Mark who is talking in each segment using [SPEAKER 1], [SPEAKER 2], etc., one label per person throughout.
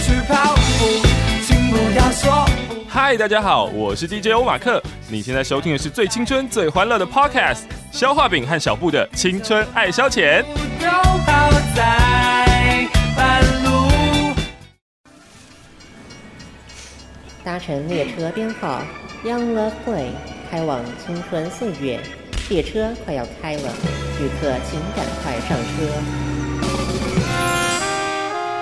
[SPEAKER 1] 去跑步，进步要说不。
[SPEAKER 2] 嗨，大家好，我是 DJ 欧马克，你现在收听的是最青春、最欢乐的 Podcast，消化饼和小布的青春爱消遣。
[SPEAKER 1] 都跑在半路。
[SPEAKER 3] 搭乘列车编号 Young Love Way 开往青春岁月，列车快要开了，旅客请赶快上车。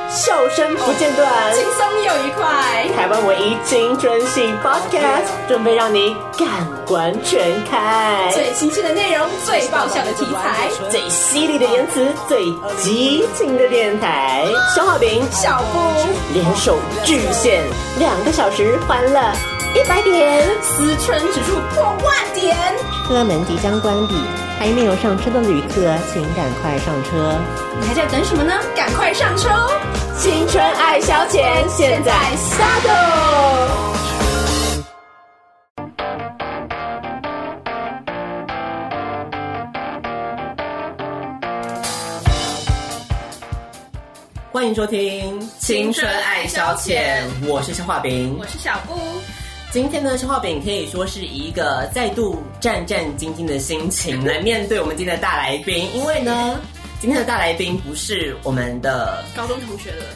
[SPEAKER 4] 笑声不间断，
[SPEAKER 5] 轻松又愉快。
[SPEAKER 4] 台湾唯一青春系 Podcast，准备让你感官全开，
[SPEAKER 5] 最新鲜的内容，最爆笑的题材，
[SPEAKER 4] 最犀利的言辞，最激情的电台，消化饼
[SPEAKER 5] 小布
[SPEAKER 4] 联手巨献两个小时，欢乐一百点。
[SPEAKER 5] 思春指数破万点，
[SPEAKER 3] 车门即将关闭，还没有上车的旅客请赶快上车。
[SPEAKER 5] 你还在等什么呢？赶快上车哦！青春
[SPEAKER 4] 爱消遣现在
[SPEAKER 5] start。
[SPEAKER 4] 欢迎收听《青春爱消遣》，我是消化饼
[SPEAKER 5] 我。是小布，
[SPEAKER 4] 今天呢，消化饼可以说是一个再度战战兢兢的心情来面对我们今天的大来宾，因为呢，今天的大来宾不是我们的，
[SPEAKER 5] 高中同学了，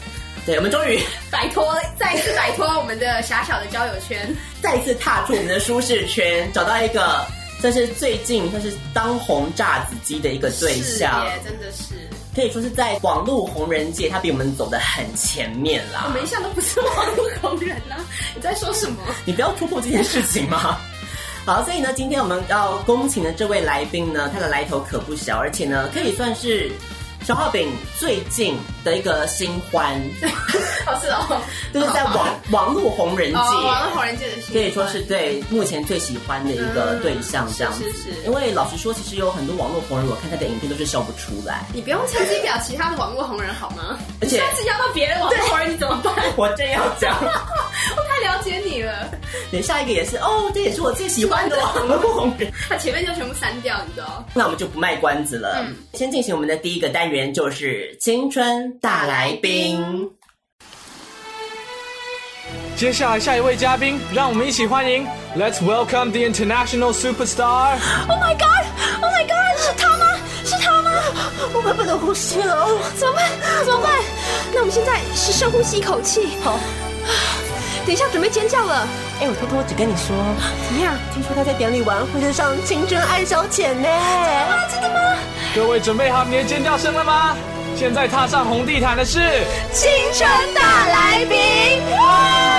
[SPEAKER 4] 对，我们终于
[SPEAKER 5] 摆脱再次摆脱我们的狭小的交友圈，
[SPEAKER 4] 再次踏出我们的舒适圈，找到一个算是最近算是当红炸子鸡的一个对象
[SPEAKER 5] 事，业真的是，
[SPEAKER 4] 可以说是在网络红人界，他比我们走的很前面
[SPEAKER 5] 我
[SPEAKER 4] 啦
[SPEAKER 5] 们。一向都不是网络红人呐、你在说什么？
[SPEAKER 4] 你不要突破这件事情嘛。 好，所以呢，今天我们要恭请的这位来宾呢，他的来头可不小，而且呢，可以算是小浩饼最近的一个新欢，
[SPEAKER 5] 哦是哦，
[SPEAKER 4] 就是在网网络红人界。
[SPEAKER 5] 哦，网络红人界的心
[SPEAKER 4] 可以说是对目前最喜欢的一个对象这样子，
[SPEAKER 5] 嗯是是是
[SPEAKER 4] 因为老实说，其实有很多网络红人，我看他的影片都是笑不出来。
[SPEAKER 5] 你不用趁机表其他的网络红人好吗？
[SPEAKER 4] 而且
[SPEAKER 5] 你下次邀到别人网络红人，你怎么办？
[SPEAKER 4] 我正要 讲，
[SPEAKER 5] 我太了解你了。
[SPEAKER 4] 对，下一个也是哦，这也是我最喜欢的网络红人。
[SPEAKER 5] 他前面就全部删掉，你知道？
[SPEAKER 4] 那我们就不卖关子了，
[SPEAKER 5] 嗯
[SPEAKER 4] 先进行我们的第一个单元，就是青春大来
[SPEAKER 5] 嗯
[SPEAKER 4] 宾。
[SPEAKER 6] 接下来下一位嘉宾，让我们一起欢迎，Let's welcome the international superstar。
[SPEAKER 7] Oh my god! Oh my god! 是他吗？是他吗？我快不能呼吸了，怎么办？怎么办？那我们现在是深呼吸一口气。好，等一下准备尖叫了。
[SPEAKER 4] 哎、我偷偷只跟你说，
[SPEAKER 7] 怎么样？
[SPEAKER 4] 听说他在典礼完会登上《青春爱消遣》呢。
[SPEAKER 7] 啊，真的吗？
[SPEAKER 6] 各位准备好你的尖叫声了吗？现在踏上红地毯的是，
[SPEAKER 7] 青春大来宾！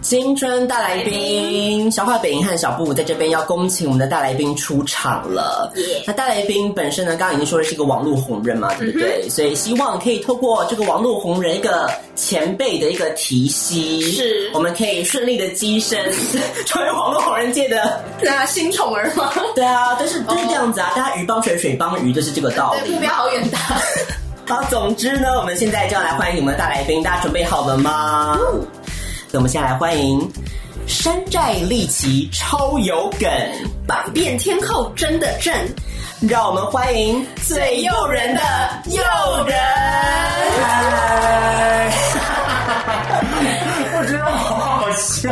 [SPEAKER 4] 青春大来宾小画饼和小布在这边要恭请我们的大来宾出场了。那大来宾本身呢，刚刚已经说了是一个网络红人嘛，对不
[SPEAKER 5] 嗯
[SPEAKER 4] 对？所以希望可以透过这个网络红人一个前辈的一个提携，
[SPEAKER 5] 是
[SPEAKER 4] 我们可以顺利的跻身 成为网络红人界的。
[SPEAKER 5] 那新宠儿吗？
[SPEAKER 4] 对啊，就是就是这样子啊，大家鱼帮水，水帮鱼，就是这个道
[SPEAKER 5] 对，
[SPEAKER 4] 理
[SPEAKER 5] 目。标好远大。
[SPEAKER 4] 好，总之呢，我们现在就要来欢迎我们的大来宾，大家准备好了吗？那我们先来欢迎山寨利奇超有梗，
[SPEAKER 5] 百变天后真的正，
[SPEAKER 4] 让我们欢迎最诱人的诱人。 我觉得好好笑。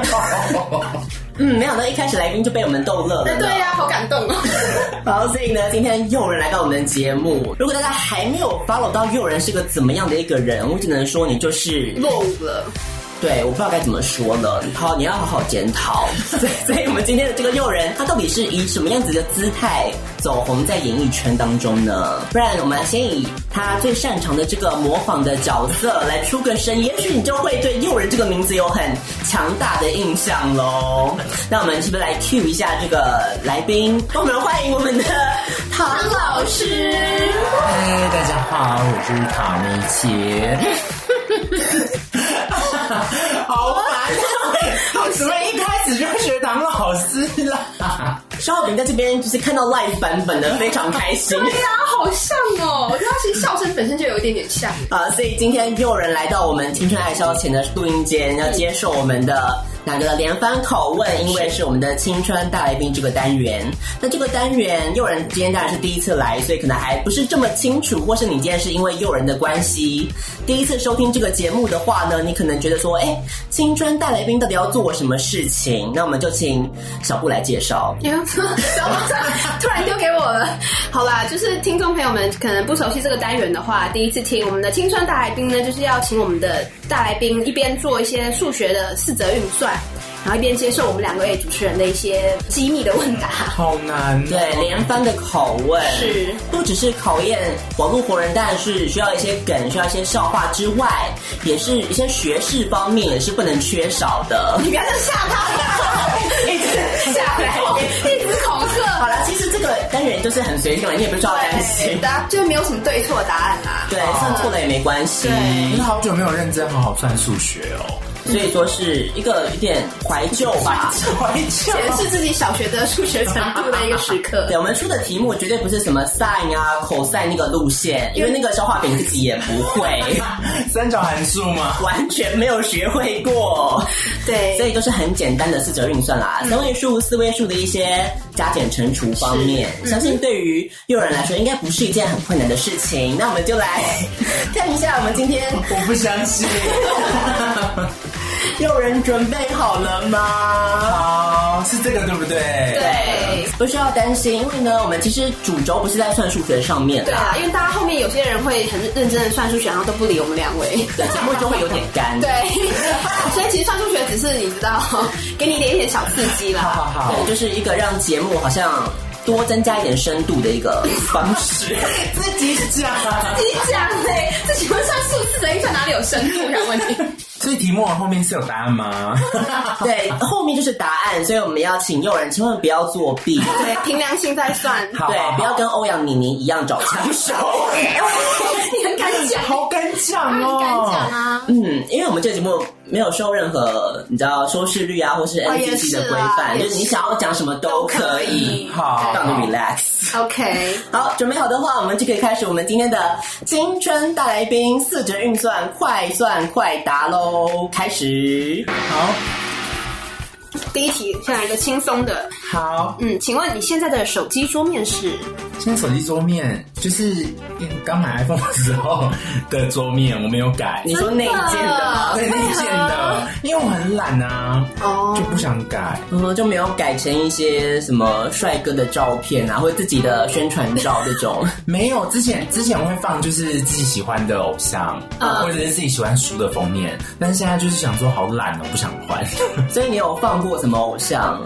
[SPEAKER 4] 嗯，没想到一开始来宾就被我们逗乐了 呢。
[SPEAKER 5] 对呀、好感动哦。
[SPEAKER 4] 好，所以呢，今天又有人来到我们的节目。如果大家还没有 follow 到又有人是个怎么样的一个人，我只能说你就是
[SPEAKER 5] 落伍了，
[SPEAKER 4] 对，我不知道该怎么说了。好，你要好好检讨。 所以，所以我们今天的这个诱人，他到底是以什么样子的姿态走红在演艺圈当中呢？不然，我们先以他最擅长的这个模仿的角色来出个声，也许你就会对诱人这个名字有很强大的印象喽。那我们是不是来 cue 一下这个来宾？让我们欢迎我们的唐老师。
[SPEAKER 8] 嗨，
[SPEAKER 4] 哎
[SPEAKER 8] 大家好，我是唐一 奇。
[SPEAKER 4] 好烦啊！
[SPEAKER 8] 我怎么一开始就学唐老师啦？
[SPEAKER 4] 肖浩平在这边就是看到 live 版本的，非常开 心。
[SPEAKER 5] 对哎呀、好像哦。我觉得他其实笑声本身就有一点点像。
[SPEAKER 4] 啊，所以今天又有人来到我们青春爱消遣的录音间，要接受我们的两个连番口问，因为是我们的青春大来宾这个单元。那这个单元，诱人今天当然是第一次来，所以可能还不是这么清楚，或是你今天是因为诱人的关系，第一次收听这个节目的话呢，你可能觉得说，哎，青春大来宾到底要做什么事情？那我们就请小布来介绍。
[SPEAKER 5] 你要说小宝 突然丢给我了。好啦，就是听众朋友们可能不熟悉这个单元的话，第一次听我们的青春大来宾呢，就是要请我们的大来宾一边做一些数学的四则运算，然后一边接受我们两位主持人的一些机密的问答。
[SPEAKER 6] 好难。
[SPEAKER 4] 对，连番的口问
[SPEAKER 5] 是
[SPEAKER 4] 不只是考验网络活人，当然是需要一些梗，需要一些笑话之外，也是一些学识方面也是不能缺少的。
[SPEAKER 5] 你不要这样吓他，一直下来，一直恐吓。
[SPEAKER 4] 好了，其实这个单元就是很随性了，你也不需要担心。
[SPEAKER 5] 答就是没有什么对错答案啦。
[SPEAKER 4] 对，算错了也没关系。
[SPEAKER 6] 我是好久没有认真好好算数学 哦。
[SPEAKER 4] 所以说是一个有点怀旧吧。
[SPEAKER 6] 怀旧
[SPEAKER 5] 显示自己小学的数学程度的一个时刻。
[SPEAKER 4] 对，我们出的题目绝对不是什么 sin 啊、cos 那个路线，因为那个消化饼自己也不 会，
[SPEAKER 6] 三角函数吗？
[SPEAKER 4] 完全没有学会过。
[SPEAKER 5] 对
[SPEAKER 4] 所以都是很简单的四则运算啦，
[SPEAKER 5] 嗯
[SPEAKER 4] 三位数、四位数的一些加减乘除方面，
[SPEAKER 5] 嗯
[SPEAKER 4] 相信对于幼人来说应该不是一件很困难的事情。那我们就 来看一下我们今天
[SPEAKER 6] 我不相 信。
[SPEAKER 4] 幼人准备好了吗？
[SPEAKER 6] 好，是这个对不对？对。
[SPEAKER 5] 对
[SPEAKER 4] 不需要担心，因为呢，我们其实主轴不是在算数学上面
[SPEAKER 5] 对
[SPEAKER 4] 啦，
[SPEAKER 5] 啊，因为大家后面有些人会很认真的算数学，然后都不理我们两位。
[SPEAKER 4] 对，节目就会有点干。
[SPEAKER 5] 对，所以其实算数学只是你知道，给你一点一点小刺激啦。
[SPEAKER 6] 好好
[SPEAKER 4] 对，就是一个让节目好像多增加一点深度的一个方 式。
[SPEAKER 6] 自己讲。
[SPEAKER 5] 你讲嘞，这请问算数字的运算哪里有深度？我想问你。
[SPEAKER 6] 所以题目后面是有答案吗？
[SPEAKER 4] 对，后面就是答案，所以我们要请诱人千万不要作 弊，
[SPEAKER 5] 对，凭良心在算。
[SPEAKER 6] 好
[SPEAKER 4] 对，不要跟欧阳妮妮一样找枪 手。 哎
[SPEAKER 5] 你很敢讲，
[SPEAKER 6] 好敢讲
[SPEAKER 5] 很
[SPEAKER 6] 哦。
[SPEAKER 5] 敢讲啊。
[SPEAKER 4] 嗯，因为我们这个节目没有受任何你知道收视率啊，或是
[SPEAKER 5] 哦
[SPEAKER 4] N
[SPEAKER 5] 也
[SPEAKER 4] C
[SPEAKER 5] 是
[SPEAKER 4] C
[SPEAKER 5] 啊
[SPEAKER 4] 的规范，
[SPEAKER 5] 也
[SPEAKER 4] 就是是你想要讲什么都可以。
[SPEAKER 6] 好
[SPEAKER 4] 让你 relax。
[SPEAKER 5] OK，
[SPEAKER 4] 好，准备好的话，我们就可以开始我们今天的青春大来宾四折运算快算快答喽！开始，
[SPEAKER 6] 好，
[SPEAKER 5] 第一题，先来一个轻松的。
[SPEAKER 6] 好。
[SPEAKER 5] 嗯，请问你现在的手机桌面是？
[SPEAKER 6] 现在手机桌面就是刚买 iPhone 的时候的桌面，我没有改。
[SPEAKER 4] 你说内建的吗？
[SPEAKER 6] 对内建的，因为我很懒啊，
[SPEAKER 5] 哦
[SPEAKER 6] 就不想改。
[SPEAKER 4] 嗯，就没有改成一些什么帅哥的照片啊，或者自己的宣传照这 种。
[SPEAKER 6] 没有，之前之前我会放就是自己喜欢的偶像，
[SPEAKER 5] 嗯
[SPEAKER 6] 或者是自己喜欢书的封面，但是现在就是想说好懒哦，不想换。
[SPEAKER 4] 所以你有放过什么偶像？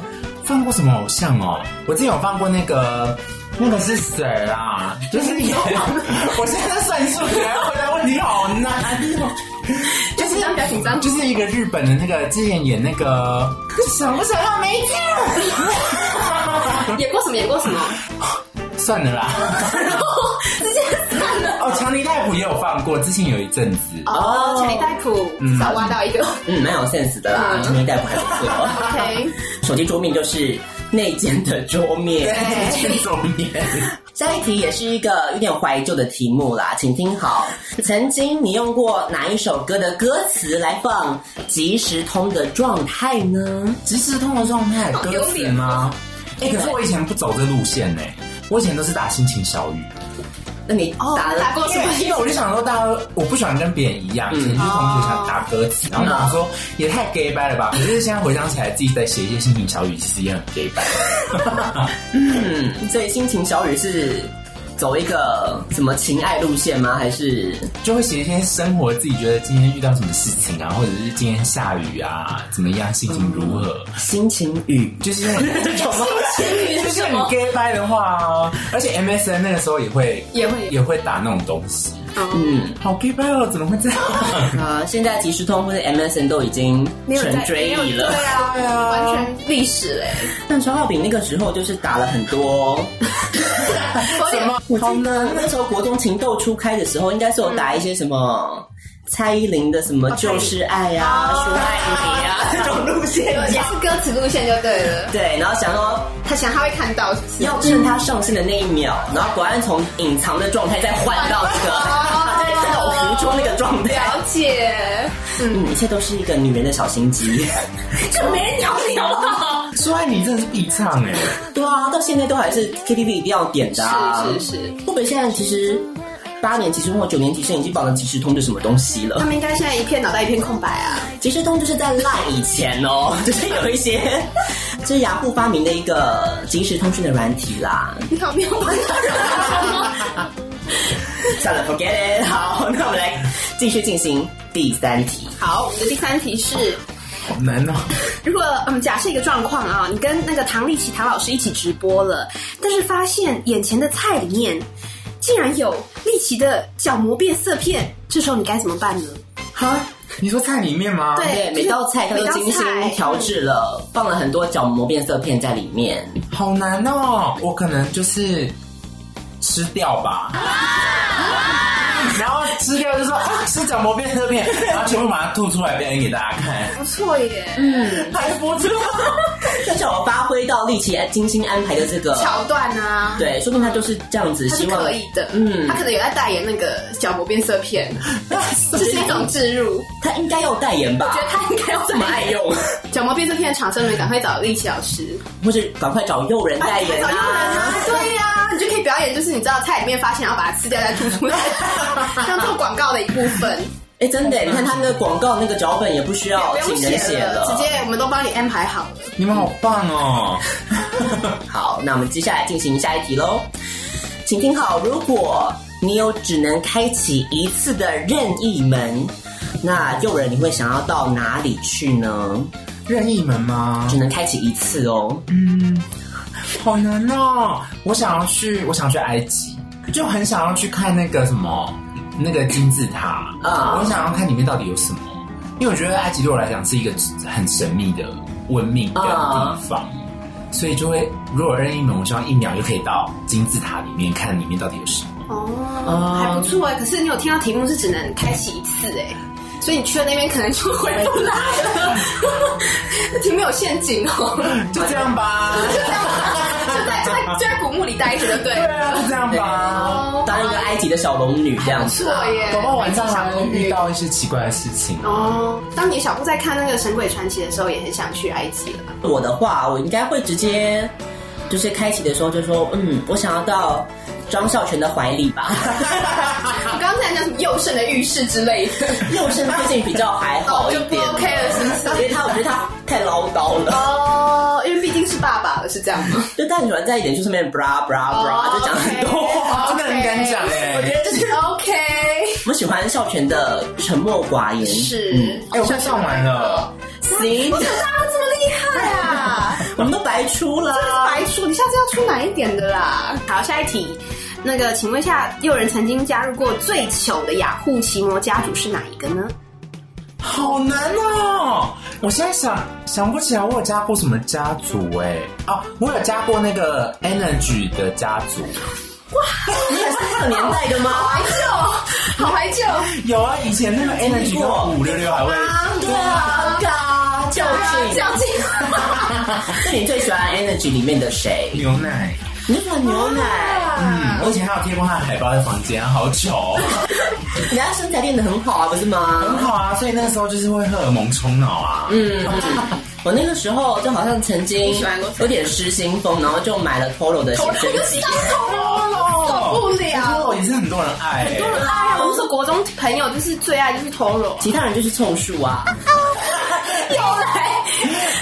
[SPEAKER 6] 放过什么偶像哦？我之前有放过那个。那个是谁啊？就是你， 我现在在算数学，回答问题好难哦。就是
[SPEAKER 5] 不要紧张
[SPEAKER 6] 就是一个日本的那个，之前演那个想不想要没
[SPEAKER 5] 演过什么？演过什么？
[SPEAKER 6] 算了啦。
[SPEAKER 5] 哦直接算了。
[SPEAKER 6] 哦，强尼戴普也有放过，之前有一阵子。
[SPEAKER 5] 哦，强尼戴普
[SPEAKER 6] 嗯
[SPEAKER 5] 少挖到一个。
[SPEAKER 4] 嗯，蛮有 sense 的啦，
[SPEAKER 5] 嗯
[SPEAKER 4] 成年代不还不错。
[SPEAKER 5] OK，
[SPEAKER 4] 手机桌面就是内建的桌面。
[SPEAKER 6] 对，周面。
[SPEAKER 4] 下一题也是一个有点怀旧的题目啦，请听好。曾经你用过哪一首歌的歌词来放即时通的状态呢？
[SPEAKER 6] 即时通的状
[SPEAKER 5] 哦
[SPEAKER 6] 态，歌词吗？哎、可是我以前不走这路线呢、我以前都是打心情小雨，
[SPEAKER 4] 那你打了、
[SPEAKER 5] 哦打过什么？
[SPEAKER 6] 因为我就想说，大家我不喜欢跟别人一样，以前就是同学想打歌词，然后我想说也太 gay 掰了吧。可是现在回想起来，自己在写一些心情小雨，其实也很 gay 掰。
[SPEAKER 4] 嗯，所以心情小雨是走一个什么情爱路线吗？还是
[SPEAKER 6] 就会写一些生活自己觉得今天遇到什么事情啊，或者是今天下雨啊，怎么样，心情如何。
[SPEAKER 4] 心情雨？
[SPEAKER 6] 就是这种 吗？就是很 gay 掰的话啊，而且 MSN 那个时候也会
[SPEAKER 5] 也会
[SPEAKER 6] 也会打那种东西，
[SPEAKER 4] 嗯，
[SPEAKER 6] 好 gay 掰哦，怎么会这样？
[SPEAKER 4] 啊、现在即时通或者 MSN 都已经
[SPEAKER 5] 没有在
[SPEAKER 4] 成追
[SPEAKER 5] 没
[SPEAKER 4] 忆
[SPEAKER 5] 有
[SPEAKER 4] 了。
[SPEAKER 5] 对啊，完全历史哎。
[SPEAKER 4] 但消化饼那个时候就是打了很多，
[SPEAKER 5] 哦什么？
[SPEAKER 4] 好呢？ 那时候国中情窦初开的时候，应该是有打一些什么蔡依林的什么就是爱啊、说爱你啊 这种路线。
[SPEAKER 5] 也是歌词路线就对了。
[SPEAKER 4] 对，然后想说
[SPEAKER 5] 他想他会看到，是不是
[SPEAKER 4] 要 趁他上线的那一秒，然后果然从隐藏的状态再换到这个，
[SPEAKER 5] 哦
[SPEAKER 4] 对，这个走浮出那个状态。
[SPEAKER 5] 了解，
[SPEAKER 4] 嗯，一切都是一个女人的小心 机。
[SPEAKER 5] 就没人鸟你好不好？
[SPEAKER 8] 说爱你真的是必唱哎、
[SPEAKER 4] 对啊，到现在都还是 KTV 一定要点的、啊。
[SPEAKER 5] 是是是
[SPEAKER 4] 会不会现在其实八年级生或九年级生已经忘了即时通是什么东西
[SPEAKER 5] 他
[SPEAKER 4] 了？
[SPEAKER 5] 们应该现在一片脑袋一片空白 啊。
[SPEAKER 4] 即时通就是在赖以前哦， 就是有一些， 这是雅虎发明的一个即时通讯的软体 啦。
[SPEAKER 5] 你好妙，
[SPEAKER 4] 算了，forget it。好，那我们来继续进行第三题。
[SPEAKER 5] 好，我们的第三题是。
[SPEAKER 8] 好难哦、
[SPEAKER 5] 如果嗯，假设一个状况啊，你跟那个唐立奇唐老师一起直播了，但是发现眼前的菜里面竟然有立奇的角膜变色片，这时候你该怎么办呢？
[SPEAKER 8] 哈，你说菜里面吗？
[SPEAKER 5] 啊对
[SPEAKER 4] 对，每道菜嗯它都精心调制了，放了很多角膜变色片在里 面。
[SPEAKER 8] 好难哦、我可能就是吃掉吧。然后吃掉就说啊，是角膜变色片，然后全部把它吐出来表演给大家看，
[SPEAKER 5] 不错耶，嗯，
[SPEAKER 4] 还不错，这是我发挥到力气精心安排的这个。
[SPEAKER 5] 桥段啊，
[SPEAKER 4] 对，说不定他就是这样子，
[SPEAKER 5] 它是
[SPEAKER 4] 希望
[SPEAKER 5] 可以的，嗯，
[SPEAKER 4] 嗯
[SPEAKER 5] 他可能有在代言那个角膜变色片， 这是一种植入，
[SPEAKER 4] 他应该要代言吧？
[SPEAKER 5] 觉得他应该要
[SPEAKER 4] 这么爱用，
[SPEAKER 5] 角膜变色片的厂商们赶快找立奇老 师
[SPEAKER 4] 或者赶快找诱人代 言
[SPEAKER 5] 找佣人啊
[SPEAKER 4] 啊！，
[SPEAKER 5] 对呀、你就可以表演，就是你知道菜里面发现，然后把它吃掉再吐 出来，当做广告的一部分，
[SPEAKER 4] 哎，真的，你看他那个广告那个脚本也不需要
[SPEAKER 5] 不
[SPEAKER 4] 请
[SPEAKER 5] 用
[SPEAKER 4] 人
[SPEAKER 5] 写
[SPEAKER 4] 写了，
[SPEAKER 5] 直接我们都帮你安排好了。
[SPEAKER 8] 你们好棒哦、
[SPEAKER 4] 好，那我们接下来进行下一题喽，请听好，如果你有只能开启一次的任意门，那诱人你会想要到哪里去呢？
[SPEAKER 8] 任意门吗
[SPEAKER 4] 只？能开启一次哦，
[SPEAKER 8] 嗯，好难哦、我想要去，我想去埃及，就很想要去看那个什么，那个金字塔
[SPEAKER 4] 啊
[SPEAKER 8] 我很想要看里面到底有什么，因为我觉得埃及对我来讲是一个很神秘的文明的地方。所以就会，如果任意门，我希望一秒就可以到金字塔里面看里面到底有什么。
[SPEAKER 5] 哦，还不错哎。可是你有听到题目是只能开启一次哎，所以你去了那边可能就回不来 了。这题目有陷阱哦，
[SPEAKER 8] 就这样吧，
[SPEAKER 5] 就这样就在就在就在古墓里待着就对
[SPEAKER 8] 对
[SPEAKER 5] 了。
[SPEAKER 8] 啊，就这样吧。
[SPEAKER 5] 哦
[SPEAKER 4] 当一个埃及的小龙女这样
[SPEAKER 5] 不
[SPEAKER 4] 子
[SPEAKER 5] 错
[SPEAKER 4] 啊。
[SPEAKER 5] 耶，
[SPEAKER 8] 搞不好哦晚上还会遇到一些奇怪的事情。
[SPEAKER 5] 哦。当年小布在看那个《神鬼传奇》的时候，也很想去埃及了。
[SPEAKER 4] 我的话，我应该会直接就是开启的时候就说，嗯，我想要到张孝全的怀里 吧。
[SPEAKER 5] 我刚才讲什么右肾的浴室之类的，
[SPEAKER 4] 佑胜最近比较还好一
[SPEAKER 5] 哦就
[SPEAKER 4] 点，
[SPEAKER 5] 不 OK 了是不是
[SPEAKER 4] 因为他我觉得他太唠叨 了。
[SPEAKER 5] 哦，因为毕竟是爸爸了，是这样吗？
[SPEAKER 4] 就但喜欢在一点就是面 bra bra
[SPEAKER 5] 哦
[SPEAKER 4] bra，、就讲很多话。
[SPEAKER 8] 真的很敢讲
[SPEAKER 4] 我觉
[SPEAKER 8] 哎！
[SPEAKER 4] 得 这是
[SPEAKER 5] OK，
[SPEAKER 4] 我喜欢孝全的沉默寡言。嗯
[SPEAKER 5] 是。
[SPEAKER 8] 哎，我快上完了，
[SPEAKER 4] 行，
[SPEAKER 5] 我怎么大家都这么厉害 啊？
[SPEAKER 4] 我们都白出了。
[SPEAKER 5] 白出，你下次要出难一点的啦。好，下一题。那个，请问一下，有人曾经加入过最糗的雅虎奇摩家族是哪一个呢？
[SPEAKER 8] 好难哦！我现在想想不起来我有加过什么家族哎、哦，我有加过那个 Energy 的家族，
[SPEAKER 4] 你也是那个年代的吗？
[SPEAKER 5] 哦好怀旧，
[SPEAKER 8] 有啊，以前那个 Energy 都五六六还会，
[SPEAKER 4] 对啊，嘎较劲。
[SPEAKER 5] 较 劲。
[SPEAKER 4] 那你最喜欢 Energy 里面的谁？
[SPEAKER 8] 牛奶。
[SPEAKER 4] 你喜欢牛奶？
[SPEAKER 8] 嗯，
[SPEAKER 5] 啊
[SPEAKER 8] 我以前还有贴过他的海报在房间，好丑，
[SPEAKER 4] 人家身材练得很好啊，不是吗
[SPEAKER 8] 很？好啊。所以那时候就是会荷尔蒙冲脑啊。嗯，
[SPEAKER 4] 我那个时候就好像曾经
[SPEAKER 5] 喜欢过
[SPEAKER 4] 有点失心疯，然后就买了 Polo 的写真集。
[SPEAKER 5] 哦受不
[SPEAKER 8] 然
[SPEAKER 5] 了。
[SPEAKER 8] 哦后也是很多人爱、欸，
[SPEAKER 5] 哎呀，我们是国中朋友，就是最爱就是 Toro，
[SPEAKER 4] 其他人就是凑数啊。
[SPEAKER 5] 又来。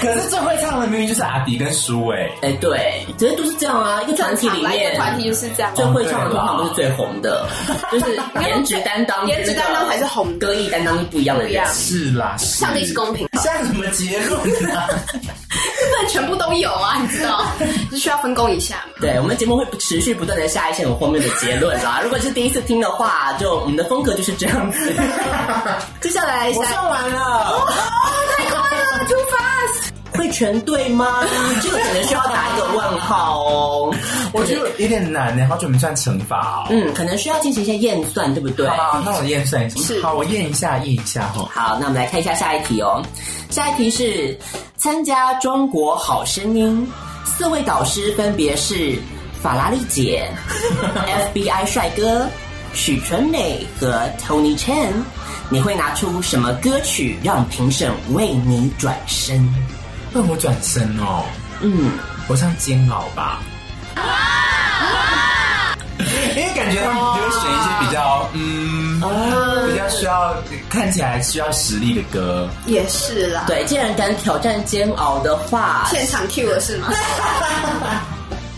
[SPEAKER 8] 可是最会唱的明明就是阿迪跟舒伟。
[SPEAKER 4] 哎、对，其实都是这样啊，一个团体里
[SPEAKER 5] 来一
[SPEAKER 4] 面
[SPEAKER 5] 个，团体就是这样。
[SPEAKER 4] 最会唱的通常都是最 红的，就是颜值担当，
[SPEAKER 5] 颜值担当才是红的
[SPEAKER 4] 歌艺担当是不一样的
[SPEAKER 5] 不一
[SPEAKER 4] 人
[SPEAKER 5] 样。
[SPEAKER 8] 是啦，是
[SPEAKER 5] 上帝是公平的，
[SPEAKER 8] 现在什么结啊论 呢、
[SPEAKER 5] 不能全部都有啊，你知道，就需要分工一下嘛。
[SPEAKER 4] 对，我们节目会持续不断的下一些很荒谬的结论 啦。如果是第一次听的话，就我们的风格就是这样子。接下来
[SPEAKER 8] 我
[SPEAKER 4] 下
[SPEAKER 8] 上完了，
[SPEAKER 5] 太快了，too fast！
[SPEAKER 4] 会全对吗？这个只能需要打一个问号哦。
[SPEAKER 8] 我觉得有点难呢、欸好久没算乘法哦。
[SPEAKER 4] 嗯，可能需要进行一些验算，对不对？
[SPEAKER 8] 好吧，那我验算一下
[SPEAKER 5] 是。
[SPEAKER 8] 好，我验一下，验一下哈。
[SPEAKER 4] 好，那我们来看一下下一题哦。下一题是参加中国好声音，四位导师分别是法拉利姐、FBI 帅哥、许纯美和 Tony Chen，你会拿出什么歌曲让评审为你转身？
[SPEAKER 8] 让我转身哦，
[SPEAKER 4] 嗯，
[SPEAKER 8] 我唱《煎熬》吧。因为感觉他们就会选一些比较嗯比较需要看起来需要实力的歌，
[SPEAKER 5] 也是 啦。
[SPEAKER 4] 对，既然敢挑战煎熬的话，
[SPEAKER 5] 现场 Q 了是吗？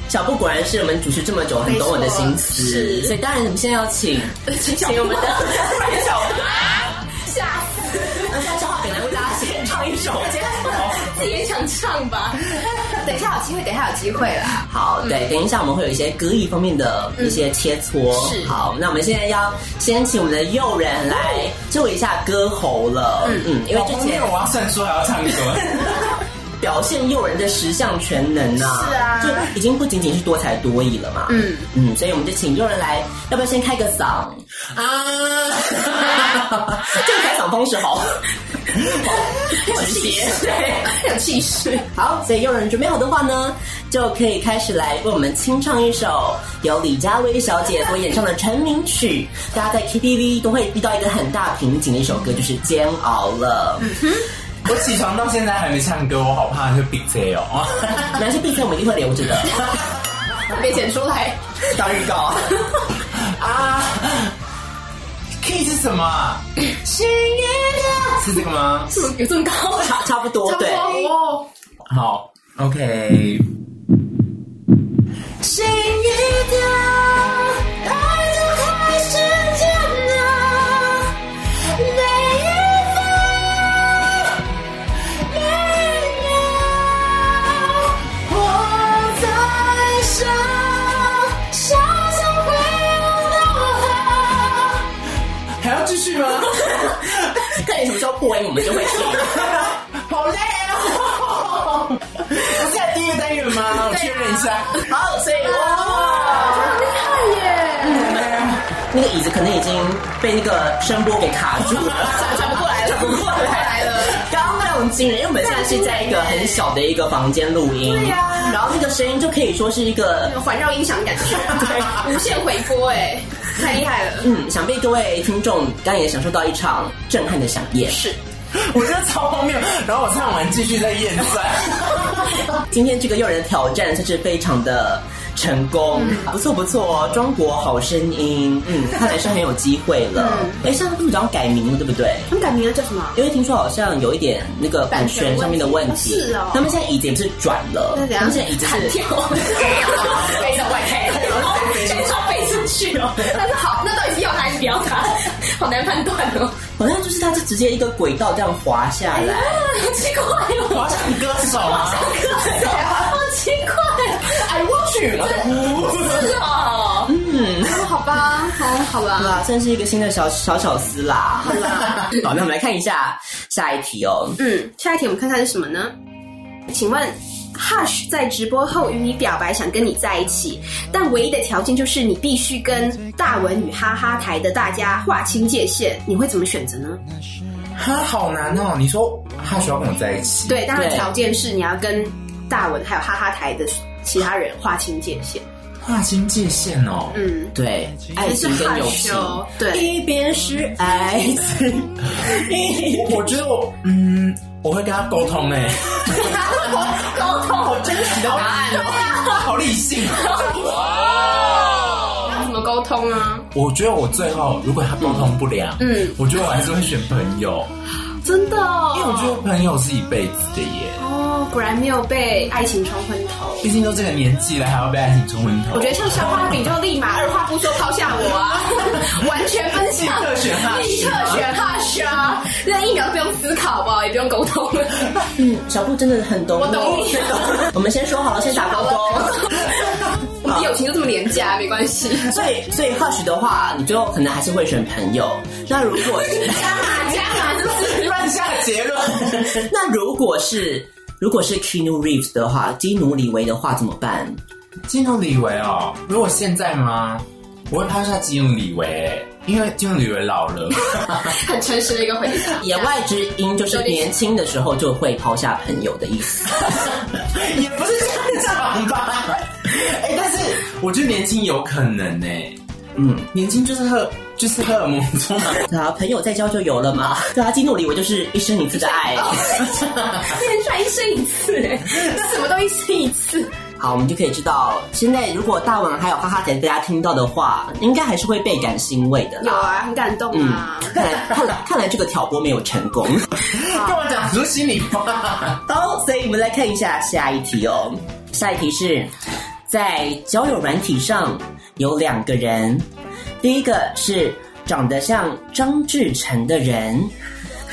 [SPEAKER 4] 小布果然是我们主持这么久，很懂我的心思，
[SPEAKER 5] 没错
[SPEAKER 4] 所以当然我们现在要请
[SPEAKER 5] 请小
[SPEAKER 4] 请 我们的小布，
[SPEAKER 5] 吓死！
[SPEAKER 4] 那现在小 给来为大家 先唱一首。
[SPEAKER 5] 自己也想唱吧？ 等一下有机会，等一下有机会啦。
[SPEAKER 4] 好，
[SPEAKER 5] 嗯
[SPEAKER 4] 对，等一下我们会有一些歌艺方面的一些切磋。
[SPEAKER 5] 是
[SPEAKER 4] 好，那我们现在要先请我们的友人来救一下歌喉了。嗯嗯，因为之
[SPEAKER 8] 后
[SPEAKER 4] 前
[SPEAKER 8] 面我要算说还要唱什 么？
[SPEAKER 4] 表现诱人的十项全能呐、
[SPEAKER 5] 是啊
[SPEAKER 4] 就已经不仅仅是多才多艺了嘛。
[SPEAKER 5] 嗯
[SPEAKER 4] 嗯，所以我们就请诱人来，要不要先开个嗓啊？ 这个开嗓方式 好，好直接。
[SPEAKER 5] 很有气 势。
[SPEAKER 4] 好，所以诱人准备好的话呢，就可以开始来为我们清唱一首由李佳薇小姐所演唱的成名曲。大家在 KTV 都会遇到一个很大瓶颈的一首歌，就是《煎熬》了。
[SPEAKER 8] 我起床到现在还没唱歌，我好怕会比这哦。
[SPEAKER 4] 男生必须我们一定会留着的。
[SPEAKER 5] 没剪出来，
[SPEAKER 4] 当预告。
[SPEAKER 8] 啊，key 是什么啊？是这个吗？
[SPEAKER 5] 有这么高？
[SPEAKER 4] 差差不多，对，
[SPEAKER 5] 哦，
[SPEAKER 8] 好，OK。
[SPEAKER 7] 谁一点爱都太深沉了，每一分每一秒，我在想，想想会有多好。
[SPEAKER 8] 还要继续吗？
[SPEAKER 4] 看你什么时候破音，我们就会停。
[SPEAKER 8] 好累哦！不是在第一个单元吗？我确认一下。
[SPEAKER 4] 好，所以哇，那个椅子可能已经被那个声波给卡住了，
[SPEAKER 5] 转不过来了
[SPEAKER 4] 转不过来了。刚刚非常惊人，因为我们现在是在一个很小的一个房间录音，对呀、然后那个声音就可以说是一个。
[SPEAKER 5] 有环绕音响的感觉，
[SPEAKER 4] 对
[SPEAKER 5] 无限回波，哎，太厉害了。
[SPEAKER 4] 嗯，想必各位听众刚刚也享受到一场震撼的响宴。是，
[SPEAKER 8] 我觉得超荒谬。然后我唱完继续再验 算。
[SPEAKER 4] 今天这个诱人的挑战算是非常的成功，不错不错哦，中国好声音，嗯，看来是很有机会了。哎、上次不是讲改名了，对不对？
[SPEAKER 5] 他们改名了叫什么？
[SPEAKER 4] 因为听说好像有一点那个版权上面的问题，
[SPEAKER 5] 版权问题是哦
[SPEAKER 4] 他们现在椅子也不是转了
[SPEAKER 5] 那，怎样
[SPEAKER 4] 他们现在椅子是
[SPEAKER 5] 飞到外太空，全场飞出去哦。但是好，那到底是要他还是不要他？好难判断哦。
[SPEAKER 4] 好像就是它是直接一个轨道这样滑下来，
[SPEAKER 5] 好奇怪哦，
[SPEAKER 8] 我要唱歌手啊！
[SPEAKER 5] 好奇怪，I want you，是哦，嗯，好吧，好，好
[SPEAKER 4] 对
[SPEAKER 5] 吧，
[SPEAKER 4] 啊，算是一个新的小小巧思啦。好
[SPEAKER 5] 啦，
[SPEAKER 4] 好，那我们来看一下下一题哦。
[SPEAKER 5] 嗯，下一题我们看看是什么呢？请问 Hush 在直播后与你表白想跟你在一起，但唯一的条件就是你必须跟大文与哈哈台的大家划清界限，你会怎么选择呢？
[SPEAKER 8] 他好难哦。你说他需要跟我在一起？
[SPEAKER 5] 对，当然
[SPEAKER 4] 对
[SPEAKER 5] 条件是你要跟大文还有哈哈台的其他人划清界限。
[SPEAKER 8] 划清界限哦。
[SPEAKER 5] 嗯，
[SPEAKER 4] 对，爱情跟友情
[SPEAKER 5] 还是害羞， 对
[SPEAKER 4] 一边是爱情，一
[SPEAKER 8] 我觉得我嗯，我会跟他沟通哎。
[SPEAKER 5] 沟通
[SPEAKER 8] 好真实的答案哦，好理性哦。
[SPEAKER 5] 怎么沟通啊？
[SPEAKER 8] 我觉得我最后如果他沟通不良，
[SPEAKER 5] 嗯
[SPEAKER 8] 嗯，我觉得我还是会选朋友，
[SPEAKER 5] 真的、哦，
[SPEAKER 8] 因为我觉得朋友是一辈子的耶。
[SPEAKER 5] 哦，果然没有被爱情冲昏头。
[SPEAKER 8] 毕竟都这个年纪了，还要被爱情冲昏头。
[SPEAKER 5] 我觉得像消化饼就立马二话不说抛下我 啊，完全分享，
[SPEAKER 8] 立刻选哈
[SPEAKER 5] 立刻选哈莎，那一秒都不用思考吧，也不用沟通 了。
[SPEAKER 4] 嗯，小布真的很懂
[SPEAKER 5] 我懂你
[SPEAKER 4] 我我们先说好了，先打勾勾。
[SPEAKER 5] 我们友情就这么廉价，没关系。
[SPEAKER 4] 所以，所以 Hush 的话，你最后可能还是会选朋友。那如果
[SPEAKER 5] 加码加码，就是
[SPEAKER 8] 乱下结论。
[SPEAKER 4] 那如果是如果是 Keanu Reeves 的话，基努里维的话怎么办？
[SPEAKER 8] 金融李维哦，如果现在吗？我会抛下金融李维，因为金融李维老了。
[SPEAKER 5] 很诚实的一个回答。
[SPEAKER 4] 言外之音就是年轻的时候就会抛下朋友的意 思。
[SPEAKER 8] 也嗯不是这样讲吧。哎、但是我觉得年轻有可能呢、
[SPEAKER 4] 嗯，
[SPEAKER 8] 年轻就是荷就是荷尔蒙充满
[SPEAKER 4] 对啊，朋友在交就有了嘛。对啊，基努里维就是一生一次的爱。
[SPEAKER 5] 很帅，一生一次，哎，什么都一生一次。
[SPEAKER 4] 好，我们就可以知道，现在如果大王还有哈哈姐大家听到的话，应该还是会倍感欣慰的
[SPEAKER 5] 有
[SPEAKER 4] 啦。
[SPEAKER 5] 啊，很感动
[SPEAKER 4] 嗯
[SPEAKER 5] 啊。，
[SPEAKER 4] 看来看来 看来这个挑拨没有成功。
[SPEAKER 8] 跟我讲出心里话。
[SPEAKER 4] 好，所以我们来看一下下一题哦。下一题是在交友软体上有两个人，第一个是长得像张志成的人，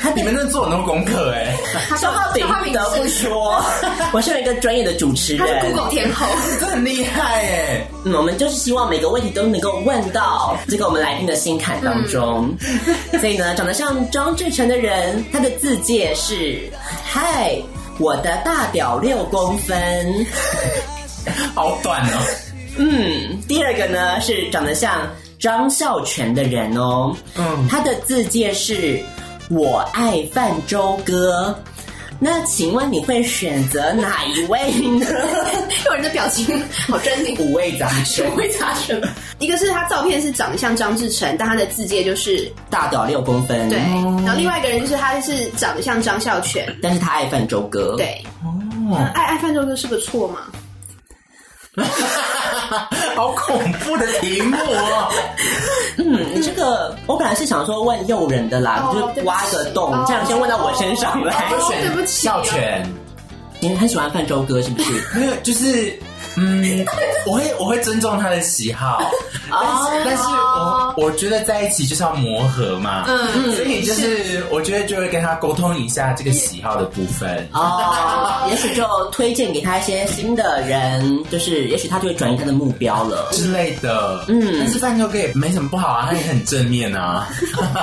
[SPEAKER 4] 他
[SPEAKER 8] 你
[SPEAKER 4] 的
[SPEAKER 8] 们真的做很多功课哎、
[SPEAKER 4] 消化饼
[SPEAKER 5] 消化饼
[SPEAKER 4] 不得不说， 我身为一个专业的主持
[SPEAKER 5] 他是
[SPEAKER 4] 人，
[SPEAKER 5] Google 天后，
[SPEAKER 8] 这很厉害哎、
[SPEAKER 4] 嗯，我们就是希望每个问题都能够问到这个我们来宾的心坎当中。
[SPEAKER 5] 嗯
[SPEAKER 4] 所以呢，长得像张志成的人，他的字界是“嗨，我的大屌六公 分
[SPEAKER 8] 好短 哦、”。
[SPEAKER 4] 嗯，第二个呢是长得像张孝全的人哦，
[SPEAKER 8] 嗯
[SPEAKER 4] 他的字界是“我爱泛舟哥”。那请问你会选择哪一位呢？
[SPEAKER 5] 有人的表情好狰狞，
[SPEAKER 4] 五味杂 陈，
[SPEAKER 5] 会查什么？一个是他照片是长得像张志成，但他的字界就是
[SPEAKER 4] 大屌六公分。
[SPEAKER 5] 对，然后另外一个人就是他是长得像张孝全，
[SPEAKER 4] 但是他爱泛舟哥。。
[SPEAKER 5] 对。那爱爱泛舟哥是个错吗？
[SPEAKER 8] 好恐怖的题目哦、
[SPEAKER 4] 嗯，这个我本来是想说问诱人的啦，
[SPEAKER 5] 哦
[SPEAKER 4] 就是挖个洞，
[SPEAKER 5] 对不起
[SPEAKER 4] 这样先问到我身上来。
[SPEAKER 5] 哦
[SPEAKER 8] 选
[SPEAKER 5] 对不起
[SPEAKER 8] 孝全，
[SPEAKER 4] 你很喜欢泛舟哥是 不是？
[SPEAKER 8] 没有，就是嗯，我会我会尊重他的喜好，
[SPEAKER 5] 哦
[SPEAKER 8] 但是但是我我觉得在一起就是要磨合嘛，嗯，所以就是我觉得就会跟他沟通一下这个喜好的部分。
[SPEAKER 4] 哦，也许就推荐给他一些新的人，就是也许他就会转移他的目标 了。
[SPEAKER 8] 之类的，
[SPEAKER 4] 嗯
[SPEAKER 8] 嗯，但是饭哥哥也没什么不好啊，他也很正面啊，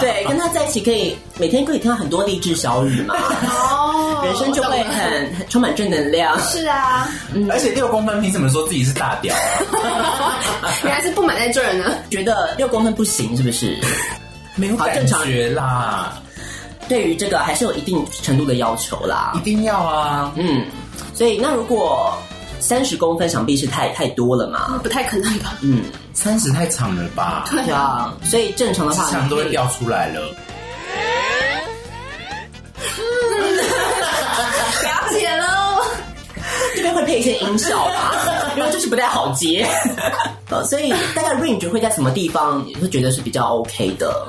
[SPEAKER 4] 对，跟他在一起可以每天可以听到很多励志小语 嘛，
[SPEAKER 5] 哦
[SPEAKER 4] 人生就会很很充满正能量。
[SPEAKER 5] 是啊，
[SPEAKER 8] 而且六公分凭什么说自己是大屌啊？
[SPEAKER 5] 原来是不满在这儿呢。
[SPEAKER 4] 觉得六公分不行是 不是？
[SPEAKER 8] 没有
[SPEAKER 4] 好正
[SPEAKER 8] 感
[SPEAKER 4] 常
[SPEAKER 8] 觉啦，
[SPEAKER 4] 对于这个还是有一定程度的要求啦
[SPEAKER 8] 一。定要啊，
[SPEAKER 4] 嗯，所以那如果三十公分，想必是太太多了嘛。
[SPEAKER 5] 不太可能吧？
[SPEAKER 4] 嗯，
[SPEAKER 8] 三十太长了吧？
[SPEAKER 4] 对啊，所以正常的话，
[SPEAKER 8] 市场都会掉出来了。
[SPEAKER 5] 了解喽。
[SPEAKER 4] 这边会配一些音效吧， 因为就是不太好接。呃，所以大概 range 会在什么地方，你会觉得是比较 OK 的？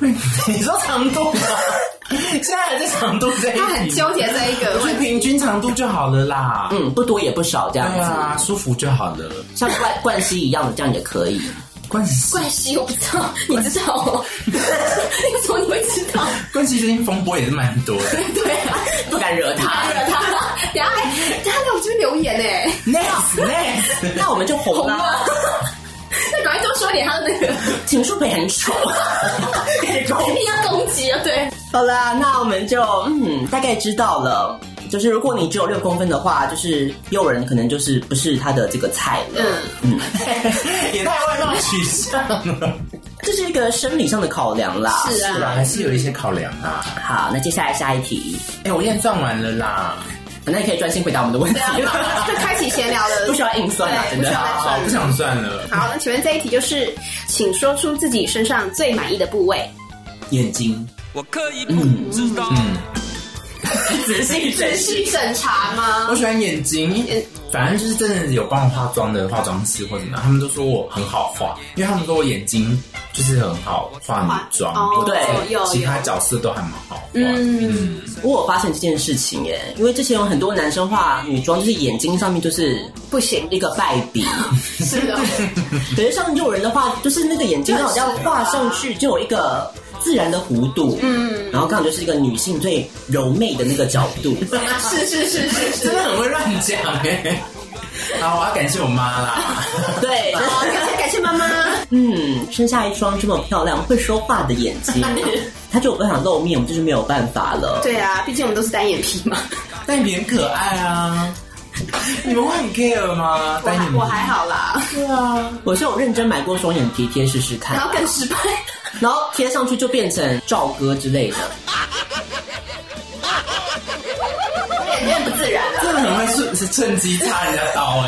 [SPEAKER 8] 你说长度吗？现在
[SPEAKER 4] 嗯
[SPEAKER 8] 还在长度这一 题，
[SPEAKER 5] 他很纠结这一个
[SPEAKER 8] 就
[SPEAKER 5] 问题。
[SPEAKER 8] 平均长度就好了啦。
[SPEAKER 4] 嗯，不多也不少这样
[SPEAKER 8] 对
[SPEAKER 4] 子，
[SPEAKER 8] 啊，舒服就好了。
[SPEAKER 4] 像冠冠希一样的，这样也可以。
[SPEAKER 8] 冠希，
[SPEAKER 5] 冠希我不知道，你知道 哦？为什么你会知道？
[SPEAKER 8] 冠希最近风波也是蛮多的。
[SPEAKER 5] 对啊，
[SPEAKER 4] 不敢惹他
[SPEAKER 5] 打惹 他，等下还等下在我这边留言呢，
[SPEAKER 4] ，next next，那我们就红
[SPEAKER 5] 红
[SPEAKER 4] 了。
[SPEAKER 5] 吗？那赶快多说点他的那个，
[SPEAKER 4] 请恕北很丑，开始攻
[SPEAKER 5] 一定要攻击啊！对，
[SPEAKER 4] 好啦，那我们就嗯，大概知道了。就是如果你只有六公分的话，就是诱人可能就是不是他的这个菜了。
[SPEAKER 5] 嗯
[SPEAKER 4] 嗯，
[SPEAKER 8] 也太外貌取向了，
[SPEAKER 4] 这是一个生理上的考量啦。
[SPEAKER 5] 是
[SPEAKER 8] 是吧？
[SPEAKER 5] 啊，
[SPEAKER 8] 还是有一些考量啊。
[SPEAKER 4] 好，那接下来下一题，
[SPEAKER 8] 哎、我验证完了啦，
[SPEAKER 4] 那你可以专心回答我们的问题
[SPEAKER 5] 对，啊，就开启闲聊了。
[SPEAKER 4] 不需要硬算啦，
[SPEAKER 5] 对
[SPEAKER 4] 真
[SPEAKER 5] 不
[SPEAKER 4] 的
[SPEAKER 5] 需。要再
[SPEAKER 8] 好，不想算了。
[SPEAKER 5] 好，那请问这一题就是，请说出自己身上最满意的部位。
[SPEAKER 8] 眼睛，
[SPEAKER 1] 我可以不知道，
[SPEAKER 8] 嗯，
[SPEAKER 4] 仔细
[SPEAKER 5] 只
[SPEAKER 4] 珍
[SPEAKER 5] 是审查吗
[SPEAKER 8] 我？喜欢眼睛，因为反正就是真的有帮我化妆的化妆师或者什么，他们都说我很好画，因为他们说我眼睛就是很好化女妆，
[SPEAKER 5] 哦
[SPEAKER 8] 或者是
[SPEAKER 5] 对有
[SPEAKER 8] 其他
[SPEAKER 5] 有
[SPEAKER 8] 角色都还蛮好画。
[SPEAKER 5] 嗯，
[SPEAKER 4] 我有发现这件事情耶，因为之前有很多男生画女装，就是眼睛上面就是
[SPEAKER 5] 不 行，
[SPEAKER 4] 一个败笔。
[SPEAKER 5] 是的，
[SPEAKER 4] 可是像诱人的话，就是那个眼睛刚好要画上去，就有一个自然的弧度，嗯，然后刚好就是一个女性最柔媚的那个角 度。
[SPEAKER 5] 是是是是是。
[SPEAKER 8] 真的很会乱讲 哎。好，我要感谢我妈啦。
[SPEAKER 4] 对，
[SPEAKER 5] 好，哦感谢感谢妈妈。
[SPEAKER 4] 嗯，生下一双这么漂亮、会说话的眼 睛，她就有办法露面，我们就是没有办法 了。
[SPEAKER 5] 对啊，毕竟我们都是单眼皮嘛。
[SPEAKER 8] 但你很可爱啊， 你们会很 care 吗？
[SPEAKER 5] 我
[SPEAKER 8] 但你
[SPEAKER 5] 还
[SPEAKER 8] 们
[SPEAKER 5] 我还好啦，
[SPEAKER 4] 我是有认真买过双眼皮贴试试看
[SPEAKER 5] 然，后更失败。
[SPEAKER 4] 然后贴上去就变成赵哥之类的，
[SPEAKER 8] 真的很会趁趁机插人家刀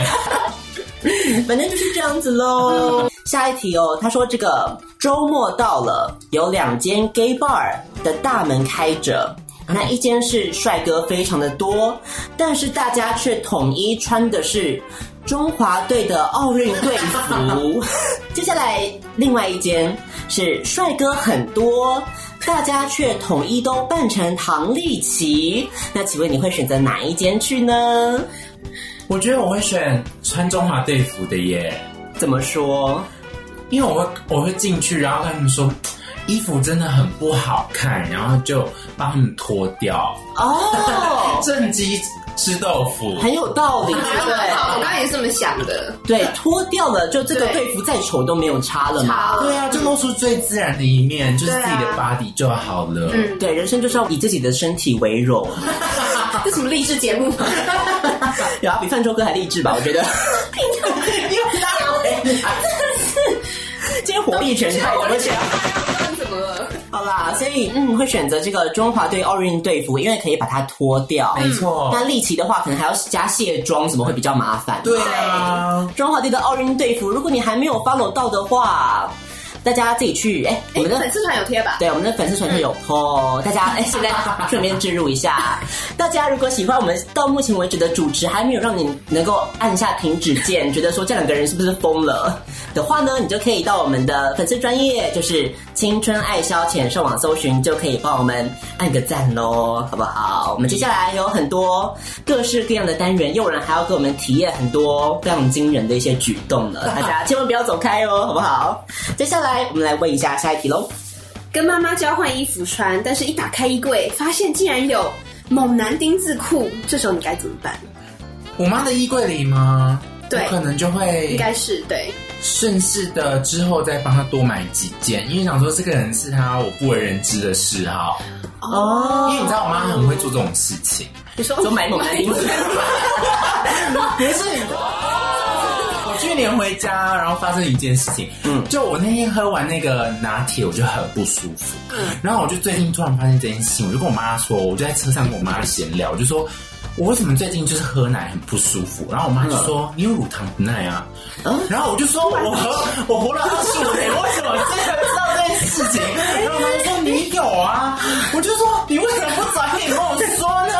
[SPEAKER 8] 哎、
[SPEAKER 4] 反正就是这样子喽。下一题哦，他说这个周末到了，有两间 gay bar 的大门开着。那一间是帅哥非常的多，但是大家却统一穿的是中华队的奥运队服。 接下来，另外一间是帅哥很多，大家却统一都扮成唐丽奇。那请问你会选择哪一间去呢？
[SPEAKER 8] 我觉得我会选穿中华队服的耶，
[SPEAKER 4] 怎么说？
[SPEAKER 8] 因为我会我会进去，然后跟他们说衣服真的很不好看，然后就帮他们脱掉，
[SPEAKER 4] 哦，
[SPEAKER 8] 趁机吃豆腐。
[SPEAKER 4] 很有道理，对不
[SPEAKER 5] 好，我
[SPEAKER 4] 对？
[SPEAKER 5] 刚刚也是这么想的。
[SPEAKER 4] 对，脱掉了就这个队服再丑都没有差了嘛。
[SPEAKER 5] 好，
[SPEAKER 8] 对啊，就露出最自然的一面，就是
[SPEAKER 5] 对
[SPEAKER 8] 自
[SPEAKER 5] 啊
[SPEAKER 8] 己的 body 就好了。
[SPEAKER 5] 嗯
[SPEAKER 4] 对，人生就是要以自己的身体为荣。
[SPEAKER 5] 这什么励志节目？啊
[SPEAKER 4] 然后比泛舟哥还励志吧，我觉得。今天火力全开，我都觉
[SPEAKER 5] 哎
[SPEAKER 4] 得。
[SPEAKER 5] 怎么了？
[SPEAKER 4] 好啦，所以嗯，会选择这个中华队奥运队服，因为可以把它脱掉。
[SPEAKER 8] 没错
[SPEAKER 4] 那丽奇的话，可能还要加卸妆，什么会比较麻烦。
[SPEAKER 8] 对啊，
[SPEAKER 4] 中华队的奥运队服，如果你还没有 follow 到的话，大家自己去哎、我
[SPEAKER 5] 哎，
[SPEAKER 4] 们的
[SPEAKER 5] 粉丝团有贴吧？
[SPEAKER 4] 对，我们的粉丝团就有 PO，、大家哎，现在顺便置入一下，大家如果喜欢我们到目前为止的主持，还没有让你能够按下停止键，觉得说这两个人是不是疯了的话呢，你就可以到我们的粉丝专业，就是青春爱消遣上网搜寻，就可以帮我们按个赞喽，好不好？我们接下来有很多各式各样的单元，又有人还要给我们体验很多非常惊人的一些举动了，大家千万不要走开哦，好不好？接下来我们来问一下下一题喽。
[SPEAKER 5] 跟妈妈交换衣服穿，但是一打开衣柜，发现竟然有猛男丁字裤，这时候你该怎么办？
[SPEAKER 8] 我妈的衣柜里吗？
[SPEAKER 5] 对
[SPEAKER 8] 我可能就会
[SPEAKER 5] 应该是对，
[SPEAKER 8] 顺势的之后再帮她多买几件，因为想说这个人是她我不为人知的嗜好。
[SPEAKER 4] 哦
[SPEAKER 8] 因为你知道我妈很会做这种事情，
[SPEAKER 5] 你说
[SPEAKER 4] 就买猛男丁字裤
[SPEAKER 8] 不 是。我去年回家，然后发生一件事情，
[SPEAKER 4] 嗯
[SPEAKER 8] 嗯，就我那天喝完那个拿铁，我就很不舒服，嗯，然后我就最近突然发现这件事情，我就跟我妈说，我就在车上跟我妈闲聊，我就说。我为什么最近就是喝奶很不舒服？然后我妈就说：“你有乳糖不耐啊。”然后我就说：“我活我活了二十五年，为什么这个知道这件事 情？”然后我妈就说：“你有啊。”我就说：“你为什么不早一点跟我说 呢？”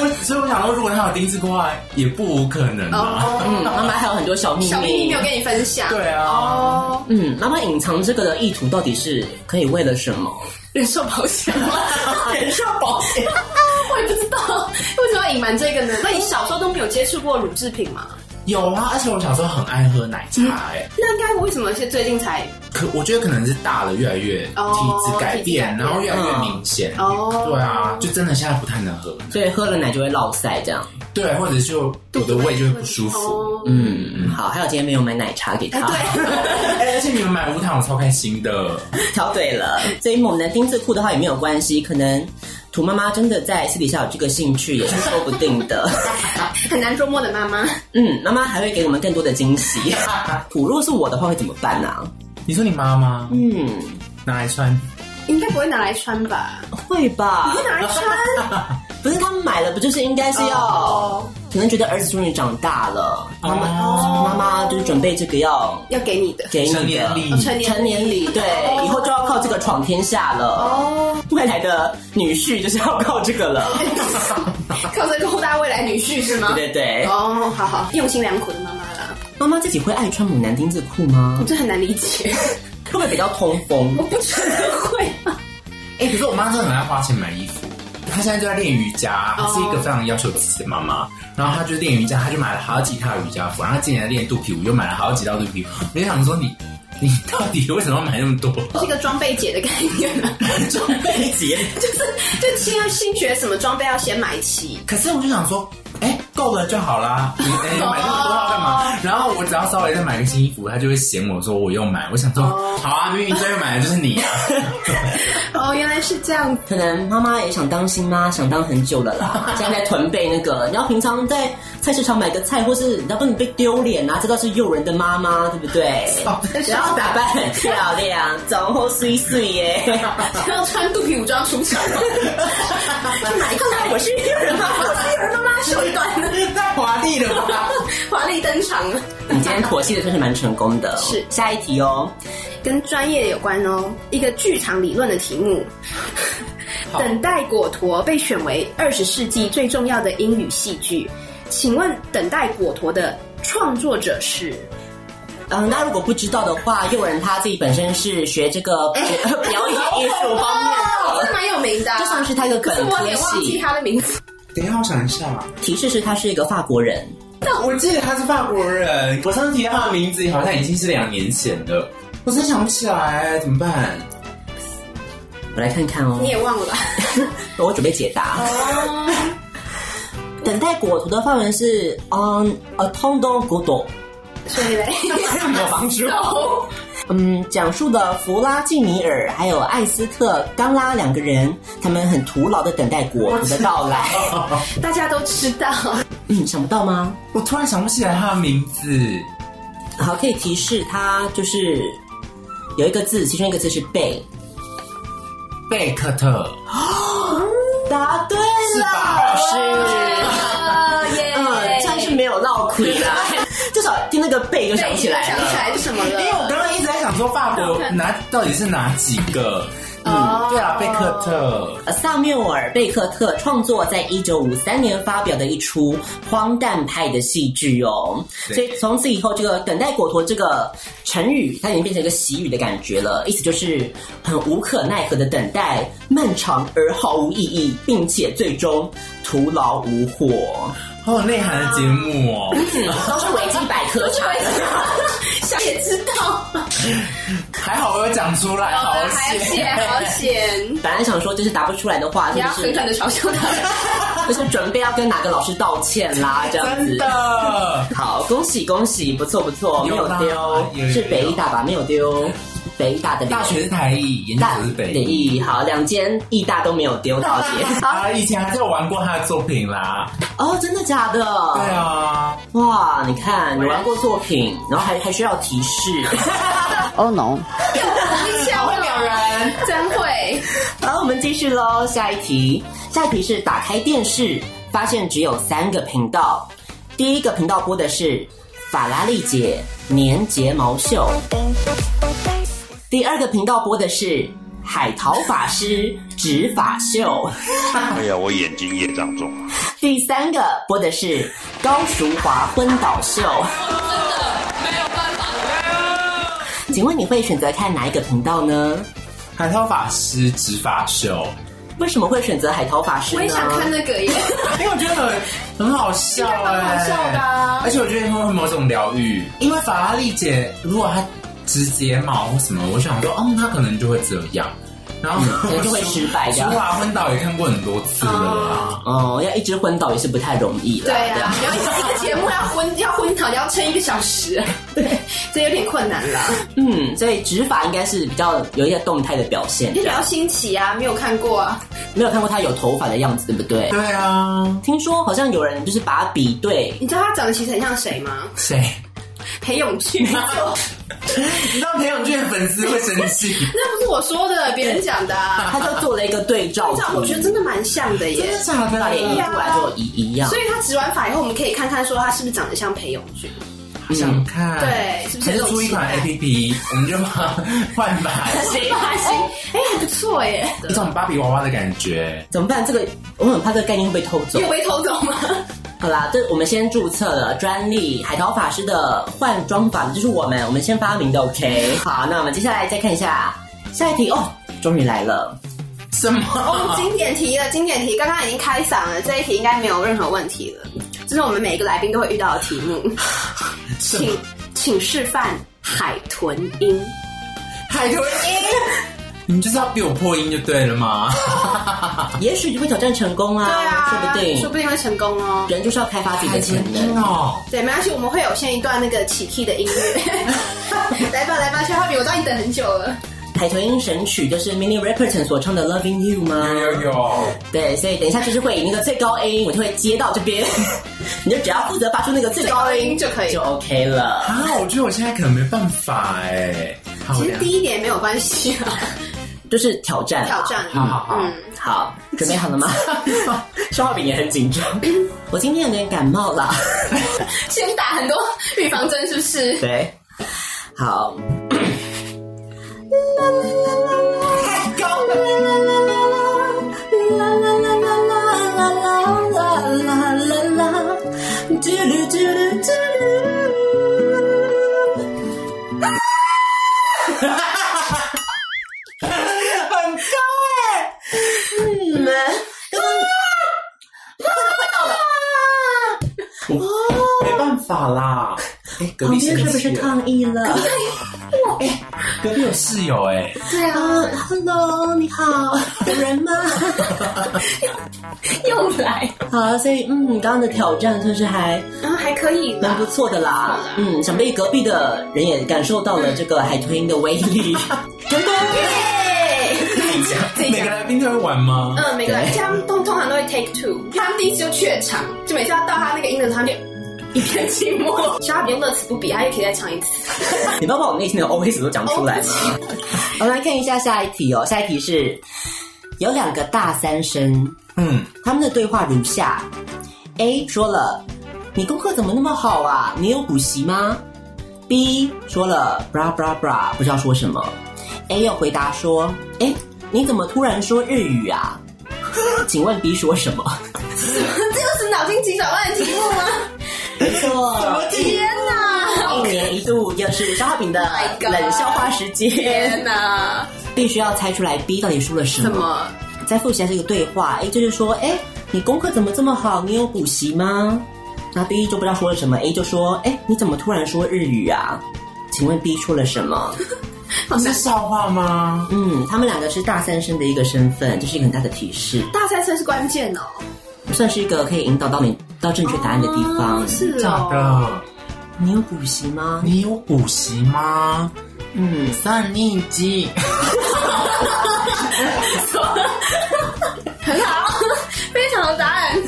[SPEAKER 8] 我所以我想说，如果她有丁字裤的话，也不无可能啊。
[SPEAKER 4] 嗯，妈妈还有很多小秘密。
[SPEAKER 5] 小秘密没有跟你分享，
[SPEAKER 8] 对啊
[SPEAKER 5] 哦，
[SPEAKER 4] 嗯，妈妈隐藏这个的意图到底是可以为了什么？
[SPEAKER 5] 人寿保险吗？
[SPEAKER 4] 人寿保险。
[SPEAKER 5] 我也不知道为什么要隐瞒这个呢？那你小时候都没有接触过乳制品吗？
[SPEAKER 8] 有啊，而且我小时候很爱喝奶茶、哎、
[SPEAKER 5] 那应该为什么是最近才
[SPEAKER 8] 可我觉得可能是大了，越来越
[SPEAKER 5] 哦
[SPEAKER 8] 体质改
[SPEAKER 5] 体质改
[SPEAKER 8] 变，
[SPEAKER 5] 变
[SPEAKER 8] 然后越来越明显。
[SPEAKER 5] 哦
[SPEAKER 8] 对啊，就真的现在不太能喝，
[SPEAKER 4] 所以喝了奶就会落塞这样。
[SPEAKER 8] 对，或者就我的胃就会不舒服。
[SPEAKER 5] 哦，
[SPEAKER 4] 嗯，好，还有今天没有买奶茶给他，
[SPEAKER 8] 哎而且你们买无糖，我超开心的。
[SPEAKER 4] 挑对了。所以猛男丁字裤的话也没有关系，可能土妈妈真的在私底下有这个兴趣也是说不定的。
[SPEAKER 5] 很难捉摸的妈妈，
[SPEAKER 4] 嗯，妈妈还会给我们更多的惊喜。 土，如果是我的话会怎么办呢、啊
[SPEAKER 8] 你说你妈妈
[SPEAKER 4] 嗯，
[SPEAKER 8] 拿来穿，
[SPEAKER 5] 应该不会拿来穿吧？
[SPEAKER 4] 会吧？
[SPEAKER 5] 拿来 穿，
[SPEAKER 4] 不是他们买了，不就是应该是要、
[SPEAKER 5] 哦
[SPEAKER 4] 可能觉得儿子终于长大了，妈妈、
[SPEAKER 8] 哦
[SPEAKER 4] 妈妈就是准备这个要
[SPEAKER 5] 要给你的
[SPEAKER 4] 给你的
[SPEAKER 8] 成年礼
[SPEAKER 5] 哦成年
[SPEAKER 4] 成年礼，哦对，以后就要靠这个闯天下了。
[SPEAKER 5] 哦，
[SPEAKER 4] 未来的女婿就是要靠这个 了，
[SPEAKER 5] 靠着勾搭未来女婿是吗？
[SPEAKER 4] 对对对。
[SPEAKER 5] 哦，好好，用心良苦的妈妈啦，
[SPEAKER 4] 妈妈自己会爱穿牡丹丁字裤吗
[SPEAKER 5] 我？这很难理解，
[SPEAKER 4] 会不会比较通 风
[SPEAKER 5] 我？不觉得会啊。
[SPEAKER 8] 哎、可是我妈真的很爱花钱买衣服。她现在就在练瑜伽，她是一个非常要求自己的妈妈。然后她就练瑜伽，她就买了好几套瑜伽服。然后她今年在练肚皮舞，又买了好几套肚皮舞。我就想说你，你到底为什么要买那么多？
[SPEAKER 5] 是一个装备姐的概念啊，
[SPEAKER 4] 装备节，
[SPEAKER 5] 就是就新要新学什么装备要先买齐，
[SPEAKER 8] 可是我就想说，哎、够了就好啦，你、哎买那么多要干嘛？然后我只要稍微再买个新衣服，她就会嫌我说我又买。我想说，好啊，明明最后买的就是你 啊。
[SPEAKER 5] 哦，原来是这样子。
[SPEAKER 4] 可能妈妈也想当新妈，想当很久了 啦。现在在囤备那个，你要平常在菜市场买个菜，或是要不你被丢脸啊，这都是诱人的妈妈，对不对？然后打扮很漂亮，长后碎碎耶。
[SPEAKER 5] 要穿肚皮武装出场，
[SPEAKER 4] 去买一个，我是诱人妈妈，我是诱人妈妈，手段呢？
[SPEAKER 8] 太华丽了吧？
[SPEAKER 5] 华丽登场了，
[SPEAKER 4] 你今天妥协的算是蛮成功的。
[SPEAKER 5] 是
[SPEAKER 4] 下一题哦。
[SPEAKER 5] 跟专业有关哦，一个剧场理论的题目。等待果陀被选为二十世纪最重要的英语戏剧，请问《等待果陀》的创作者是？
[SPEAKER 4] 嗯，那如果不知道的话，诱人他自己本身是学 这个表演艺术方面
[SPEAKER 5] 哦，这
[SPEAKER 4] 的，
[SPEAKER 5] 蛮有名 的啊，
[SPEAKER 4] 这算是他一个
[SPEAKER 5] 可
[SPEAKER 4] 本
[SPEAKER 5] 是我有
[SPEAKER 4] 科
[SPEAKER 5] 点忘记
[SPEAKER 4] 系。
[SPEAKER 5] 他的名字。
[SPEAKER 8] 等一下，我想一下。
[SPEAKER 4] 提示是他是一个法国人，
[SPEAKER 8] 我记得他是法国人，我上次提到他的名字好像已经是两年前了，我真想不起来，怎么办？
[SPEAKER 4] 我来看看哦。
[SPEAKER 5] 你也哦忘了吧？
[SPEAKER 4] 我准备解答。等待果图的范文是 on a tondo g o d o
[SPEAKER 5] 所以嘞，
[SPEAKER 8] 我防止
[SPEAKER 5] 哦
[SPEAKER 4] 嗯，讲述的弗拉季米尔还有艾斯特冈拉两个人，他们很徒劳的等待果图的到来。
[SPEAKER 5] 大家都知道，
[SPEAKER 4] 嗯，想不到吗？
[SPEAKER 8] 我突然想不起来他的名字，
[SPEAKER 4] 好，可以提示他就是有一个字，其中一个字是被。
[SPEAKER 8] 贝克特
[SPEAKER 4] 答对
[SPEAKER 8] 是
[SPEAKER 4] 了，
[SPEAKER 8] 吧？
[SPEAKER 5] 呃耶
[SPEAKER 4] 嗯，这样是没有闹亏 啦，至少听那个被就想起来
[SPEAKER 5] 想起
[SPEAKER 4] 了。
[SPEAKER 5] 来是什么
[SPEAKER 8] 因为我
[SPEAKER 5] 了？
[SPEAKER 8] 刚刚一直在想说法国哪到底是哪几个？
[SPEAKER 5] 哦
[SPEAKER 8] 嗯，对啊，贝克特。
[SPEAKER 4] 呃萨缪尔·贝克特创作在一九五三年发表的一出荒诞派的戏剧哦，
[SPEAKER 8] 对
[SPEAKER 4] 所以从此以后，这个“等待果陀”这个成语，它已经变成一个习语的感觉了，意思就是很无可奈何的等待，漫长而毫无意义，并且最终徒劳无获。
[SPEAKER 8] 好有哦内涵的节目哦！
[SPEAKER 4] 都是维基百科查的。
[SPEAKER 5] 想也知道，
[SPEAKER 8] 还好我有讲出来，好
[SPEAKER 5] 哦还要写
[SPEAKER 8] 险！
[SPEAKER 5] 好险，
[SPEAKER 4] 本来想说，就是答不出来的话，
[SPEAKER 5] 你
[SPEAKER 4] 就
[SPEAKER 5] 要狠
[SPEAKER 4] 是啊
[SPEAKER 5] 狠的嘲笑他。
[SPEAKER 4] 就是准备要跟哪个老师道歉啦，这样
[SPEAKER 8] 真
[SPEAKER 4] 子。
[SPEAKER 8] 的，
[SPEAKER 4] 好，恭喜恭喜，不错不错，没
[SPEAKER 8] 有
[SPEAKER 4] 有
[SPEAKER 8] 啦有
[SPEAKER 4] 丢，
[SPEAKER 8] 有
[SPEAKER 4] 是北医大吧？没有丢，北医大的脸
[SPEAKER 8] 大学是台艺，研究
[SPEAKER 4] 大
[SPEAKER 8] 所是北
[SPEAKER 4] 北
[SPEAKER 8] 艺。
[SPEAKER 4] 艺，好，两间艺大都没有丢，到姐。
[SPEAKER 8] 啊，以前还是有玩过他的作品啦。
[SPEAKER 4] 哦，真的假的？
[SPEAKER 8] 对啊，
[SPEAKER 4] 哇，你看你玩过作品，然后还还需要提示。
[SPEAKER 5] 哦
[SPEAKER 9] Oh no！
[SPEAKER 5] 好会撩人，真会。
[SPEAKER 4] 好，我们继续喽，下一题，下一题是打开电视，发现只有三个频道，第一个频道播的是法拉利姐粘睫毛秀，第二个频道播的是海淘法师植发秀，
[SPEAKER 10] 哎呀，我眼睛业障重啊！
[SPEAKER 4] 第三个播的是高淑华昏倒秀。请问你会选择看哪一个频道呢？
[SPEAKER 8] 海涛法师执法秀，
[SPEAKER 4] 为什么会选择海淘法师呢？
[SPEAKER 5] 我也想看那个耶，
[SPEAKER 8] 因为哎我觉得很很好笑
[SPEAKER 5] 应该
[SPEAKER 8] 哎、
[SPEAKER 5] 蛮好笑的啊
[SPEAKER 8] 而且我觉得会某种疗愈。因为法拉利姐如果她植睫毛或什么，我想说，哦，她可能就会这样，然后
[SPEAKER 5] 嗯
[SPEAKER 4] 可能就会失败这
[SPEAKER 8] 舒
[SPEAKER 4] 样
[SPEAKER 8] 华昏倒也看过很多次了啊，
[SPEAKER 4] 哦，要一直昏倒也是不太容易啦。
[SPEAKER 5] 对啊，你要一个节目要昏要昏倒，你要撑一个小时，对，这有点困难了，
[SPEAKER 4] 嗯，所以指法应该是比较有一些动态的表现
[SPEAKER 5] 就，比较新奇啊，没有看过啊，
[SPEAKER 4] 没有看过他有头发的样子，对不对？
[SPEAKER 8] 对啊，
[SPEAKER 4] 听说好像有人就是把它比对，
[SPEAKER 5] 你知道他长得其实很像谁吗？
[SPEAKER 8] 谁？
[SPEAKER 5] 裴勇俊，那
[SPEAKER 8] 你知道裴勇俊的粉丝会生气，
[SPEAKER 5] 不是我说的，别人讲的、啊。
[SPEAKER 4] 他就做了一个对照
[SPEAKER 5] 这样
[SPEAKER 4] 图，
[SPEAKER 5] 啊我觉得真的蛮像的啊耶，
[SPEAKER 8] 假的
[SPEAKER 4] 把脸移过来就一一样
[SPEAKER 5] 所。以他植完发以后，我们可以看看说他是不是长得像裴勇 俊。
[SPEAKER 8] 好想看，
[SPEAKER 5] 嗯对是不是
[SPEAKER 8] 还是出一款
[SPEAKER 5] 哎
[SPEAKER 8] A P P，我们就把它换版，
[SPEAKER 5] 谁发型？哎、还不错耶，
[SPEAKER 8] 一种芭比娃娃的感觉。
[SPEAKER 4] 怎么办？这个我很怕这个概念会被偷走
[SPEAKER 5] 有。被偷走吗？
[SPEAKER 4] 好啦，这我们先注册了专利，海淘法师的换装法就是我们，我们先发明的。OK，好，那我们接下来再看一下下一题哦，终于来了。
[SPEAKER 8] 什么？
[SPEAKER 5] 哦，经典题了，经典题，刚刚已经开嗓了，这一题应该没有任何问题了。这是我们每一个来宾都会遇到的题 目，请请示范海豚音。
[SPEAKER 8] 海豚音，哎你们就是要逼我破音就对了 吗？
[SPEAKER 4] 也许就会挑战成功啊，说不定
[SPEAKER 5] 说不定会成功哦。
[SPEAKER 4] 人就是要开发自己的 潜能。
[SPEAKER 8] 哦，
[SPEAKER 5] 对，没关系，我们会有先一段那个起 key 的音 乐。来吧，来吧，肖浩比，我知道你等很久了。
[SPEAKER 4] 海豚音神曲就是 Mini Rapperton 所唱的《Loving You》吗？
[SPEAKER 8] 有有有，
[SPEAKER 4] 对，所以等一下就是会以那个最高 A 音，我就会接到这 边，你就只要负责发出那个最高 A 音
[SPEAKER 5] 最高音就可以
[SPEAKER 4] 就 OK 了。
[SPEAKER 8] 啊，我觉得我现在可能没办法哎。好
[SPEAKER 5] 其
[SPEAKER 8] 我
[SPEAKER 5] 实
[SPEAKER 8] 等
[SPEAKER 5] 低
[SPEAKER 8] 一
[SPEAKER 5] 一点没有关系啊，
[SPEAKER 4] 就是挑战，
[SPEAKER 5] 挑战
[SPEAKER 4] 好好好，
[SPEAKER 5] 嗯
[SPEAKER 4] 好，准备 好了吗？ 消化饼也很紧张，我今天有点感冒了。
[SPEAKER 5] 先打很多预防针，是不 是？
[SPEAKER 4] 对，好。很高哎、你们
[SPEAKER 8] 我没办法 啦。哎，隔
[SPEAKER 4] 旁
[SPEAKER 8] 壁是
[SPEAKER 4] 边
[SPEAKER 8] 不
[SPEAKER 4] 是不
[SPEAKER 8] 是
[SPEAKER 4] 是抗议了？
[SPEAKER 8] 隔壁有室友哎、
[SPEAKER 5] 对啊，
[SPEAKER 4] 啊，Hello，你好，有人吗？
[SPEAKER 5] 又来，
[SPEAKER 4] 好，所以嗯，你刚刚的挑战算是还
[SPEAKER 5] 然后还可以
[SPEAKER 4] 蛮
[SPEAKER 5] 吧
[SPEAKER 4] 不错的啦。嗯，想必隔壁的人也感受到了这个海豚音的威 力。成功！
[SPEAKER 8] 自己讲每个来宾都会玩吗？
[SPEAKER 5] 嗯，每个人
[SPEAKER 4] 对
[SPEAKER 5] 他们通通常都会 take two，他们第一次就怯场，就每次要到他那个音的时候，他们就一片寂寞。小海不用乐此不疲，他就可以再唱一次。
[SPEAKER 4] 你不要把我内心的 OS 都讲 出来吗？我们来看一下下一题哦，下一题是有两个大三生，
[SPEAKER 8] 嗯，
[SPEAKER 4] 他们的对话如下：A 说了，你功课怎么那么好啊？你有补习吗？B 说了，bra bra bra，不知道说什么。A 又回答说，哎，你怎么突然说日语啊？请问 B 说什么？
[SPEAKER 5] 这就是脑筋急转弯的题目吗？
[SPEAKER 4] 没 Oh 错，
[SPEAKER 5] 天哪！
[SPEAKER 4] 一年一度又是烧饼的
[SPEAKER 5] My God
[SPEAKER 4] 冷笑话时
[SPEAKER 5] 天
[SPEAKER 4] 间，
[SPEAKER 5] 哪！
[SPEAKER 4] 必须要猜出来 B 到底说了什
[SPEAKER 5] 怎
[SPEAKER 4] 么。
[SPEAKER 5] 么？
[SPEAKER 4] 再复习一下这个对话，A 就是说，哎，你功课怎么这么好？你有补习吗？那 B 就不知道说了什么，A 就说，哎，你怎么突然说日语啊？请问 B 说了什么？
[SPEAKER 5] 好
[SPEAKER 8] 是
[SPEAKER 5] 难。
[SPEAKER 8] 笑话吗？
[SPEAKER 4] 嗯，他们两个是大三生的一个身份，这、是一个很大的提示，
[SPEAKER 5] 大三生是关键哦，
[SPEAKER 4] 算是一个可以引导到你到正确答案的地方。
[SPEAKER 5] 哦是
[SPEAKER 8] 假
[SPEAKER 5] 哦，
[SPEAKER 8] 的，
[SPEAKER 4] 你有补习吗？
[SPEAKER 8] 你有补习吗？
[SPEAKER 4] 嗯，
[SPEAKER 8] 算你机，
[SPEAKER 5] 很好， 非常有答案。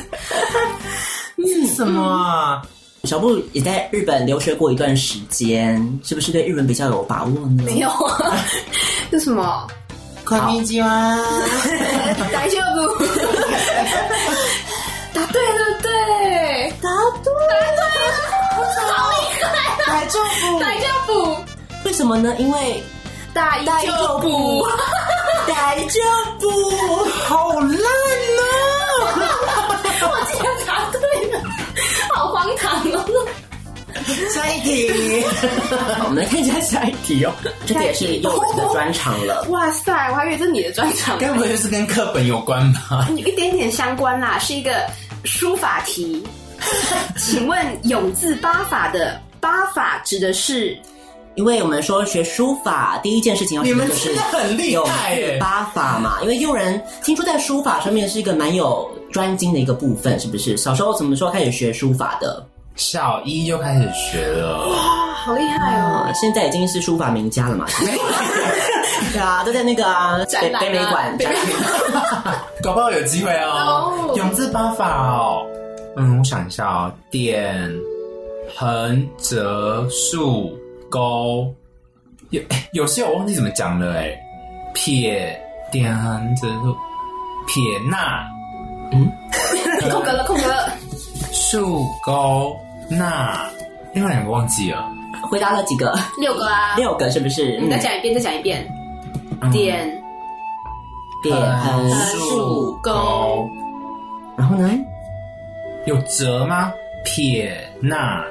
[SPEAKER 8] 是什么啊？
[SPEAKER 4] 小布也在日本留学过一段时间，是不是对日文比较有把握呢？
[SPEAKER 5] 没有 啊，是什么？
[SPEAKER 8] 看你机吗？
[SPEAKER 5] 来秀 不？答对了，对，答对，答对了，好厉害！
[SPEAKER 4] 来政府
[SPEAKER 5] 来就补，
[SPEAKER 4] 为什么呢？因为
[SPEAKER 5] 打一就补，
[SPEAKER 4] 来政府好烂呢、
[SPEAKER 5] 我竟然答对了，好荒唐哦！
[SPEAKER 4] 下一 题，我们来看一下下一题哦，这个也是幼儿的专场了。
[SPEAKER 5] 哇塞，我还以为这是你的专场，
[SPEAKER 8] 该不会就是跟课本有关吧？
[SPEAKER 5] 有一点点相关啦，是一个书法 题。请问永字八法的八法指的是？
[SPEAKER 4] 因为我们说学书法，第一件事情要学的就是
[SPEAKER 8] 你们真的很厉害耶
[SPEAKER 4] 有八法嘛。因为用人听说在书法上面是一个蛮有专精的一个部分，是不是？小时候什么时候开始学书法的？
[SPEAKER 8] 小一就开始学 了，
[SPEAKER 5] 哇，好厉害哦！
[SPEAKER 4] 啊，现在已经是书法名家了嘛？对啊，都在那个啊
[SPEAKER 5] 展
[SPEAKER 4] 北
[SPEAKER 5] 览啊
[SPEAKER 4] 北美馆
[SPEAKER 5] 北
[SPEAKER 4] 展
[SPEAKER 5] 美
[SPEAKER 8] 搞不好有机会哦。
[SPEAKER 5] 哦
[SPEAKER 8] 永字八法哦，嗯，我想一下哦，点、横、折、竖、勾，有哎有些我忘记怎么讲了哎，撇、点、横、折、竖、撇捺、
[SPEAKER 5] 空格了，空格了，
[SPEAKER 8] 竖勾捺，另外两个忘记了。
[SPEAKER 4] 回答了几个？
[SPEAKER 5] 六个啊！
[SPEAKER 4] 六个是不是？
[SPEAKER 5] 你再讲一遍，再讲一遍。
[SPEAKER 8] 嗯
[SPEAKER 5] 点
[SPEAKER 4] 点横
[SPEAKER 5] 竖
[SPEAKER 4] 竖，
[SPEAKER 5] 勾，
[SPEAKER 4] 然后呢？
[SPEAKER 8] 有折吗？撇捺，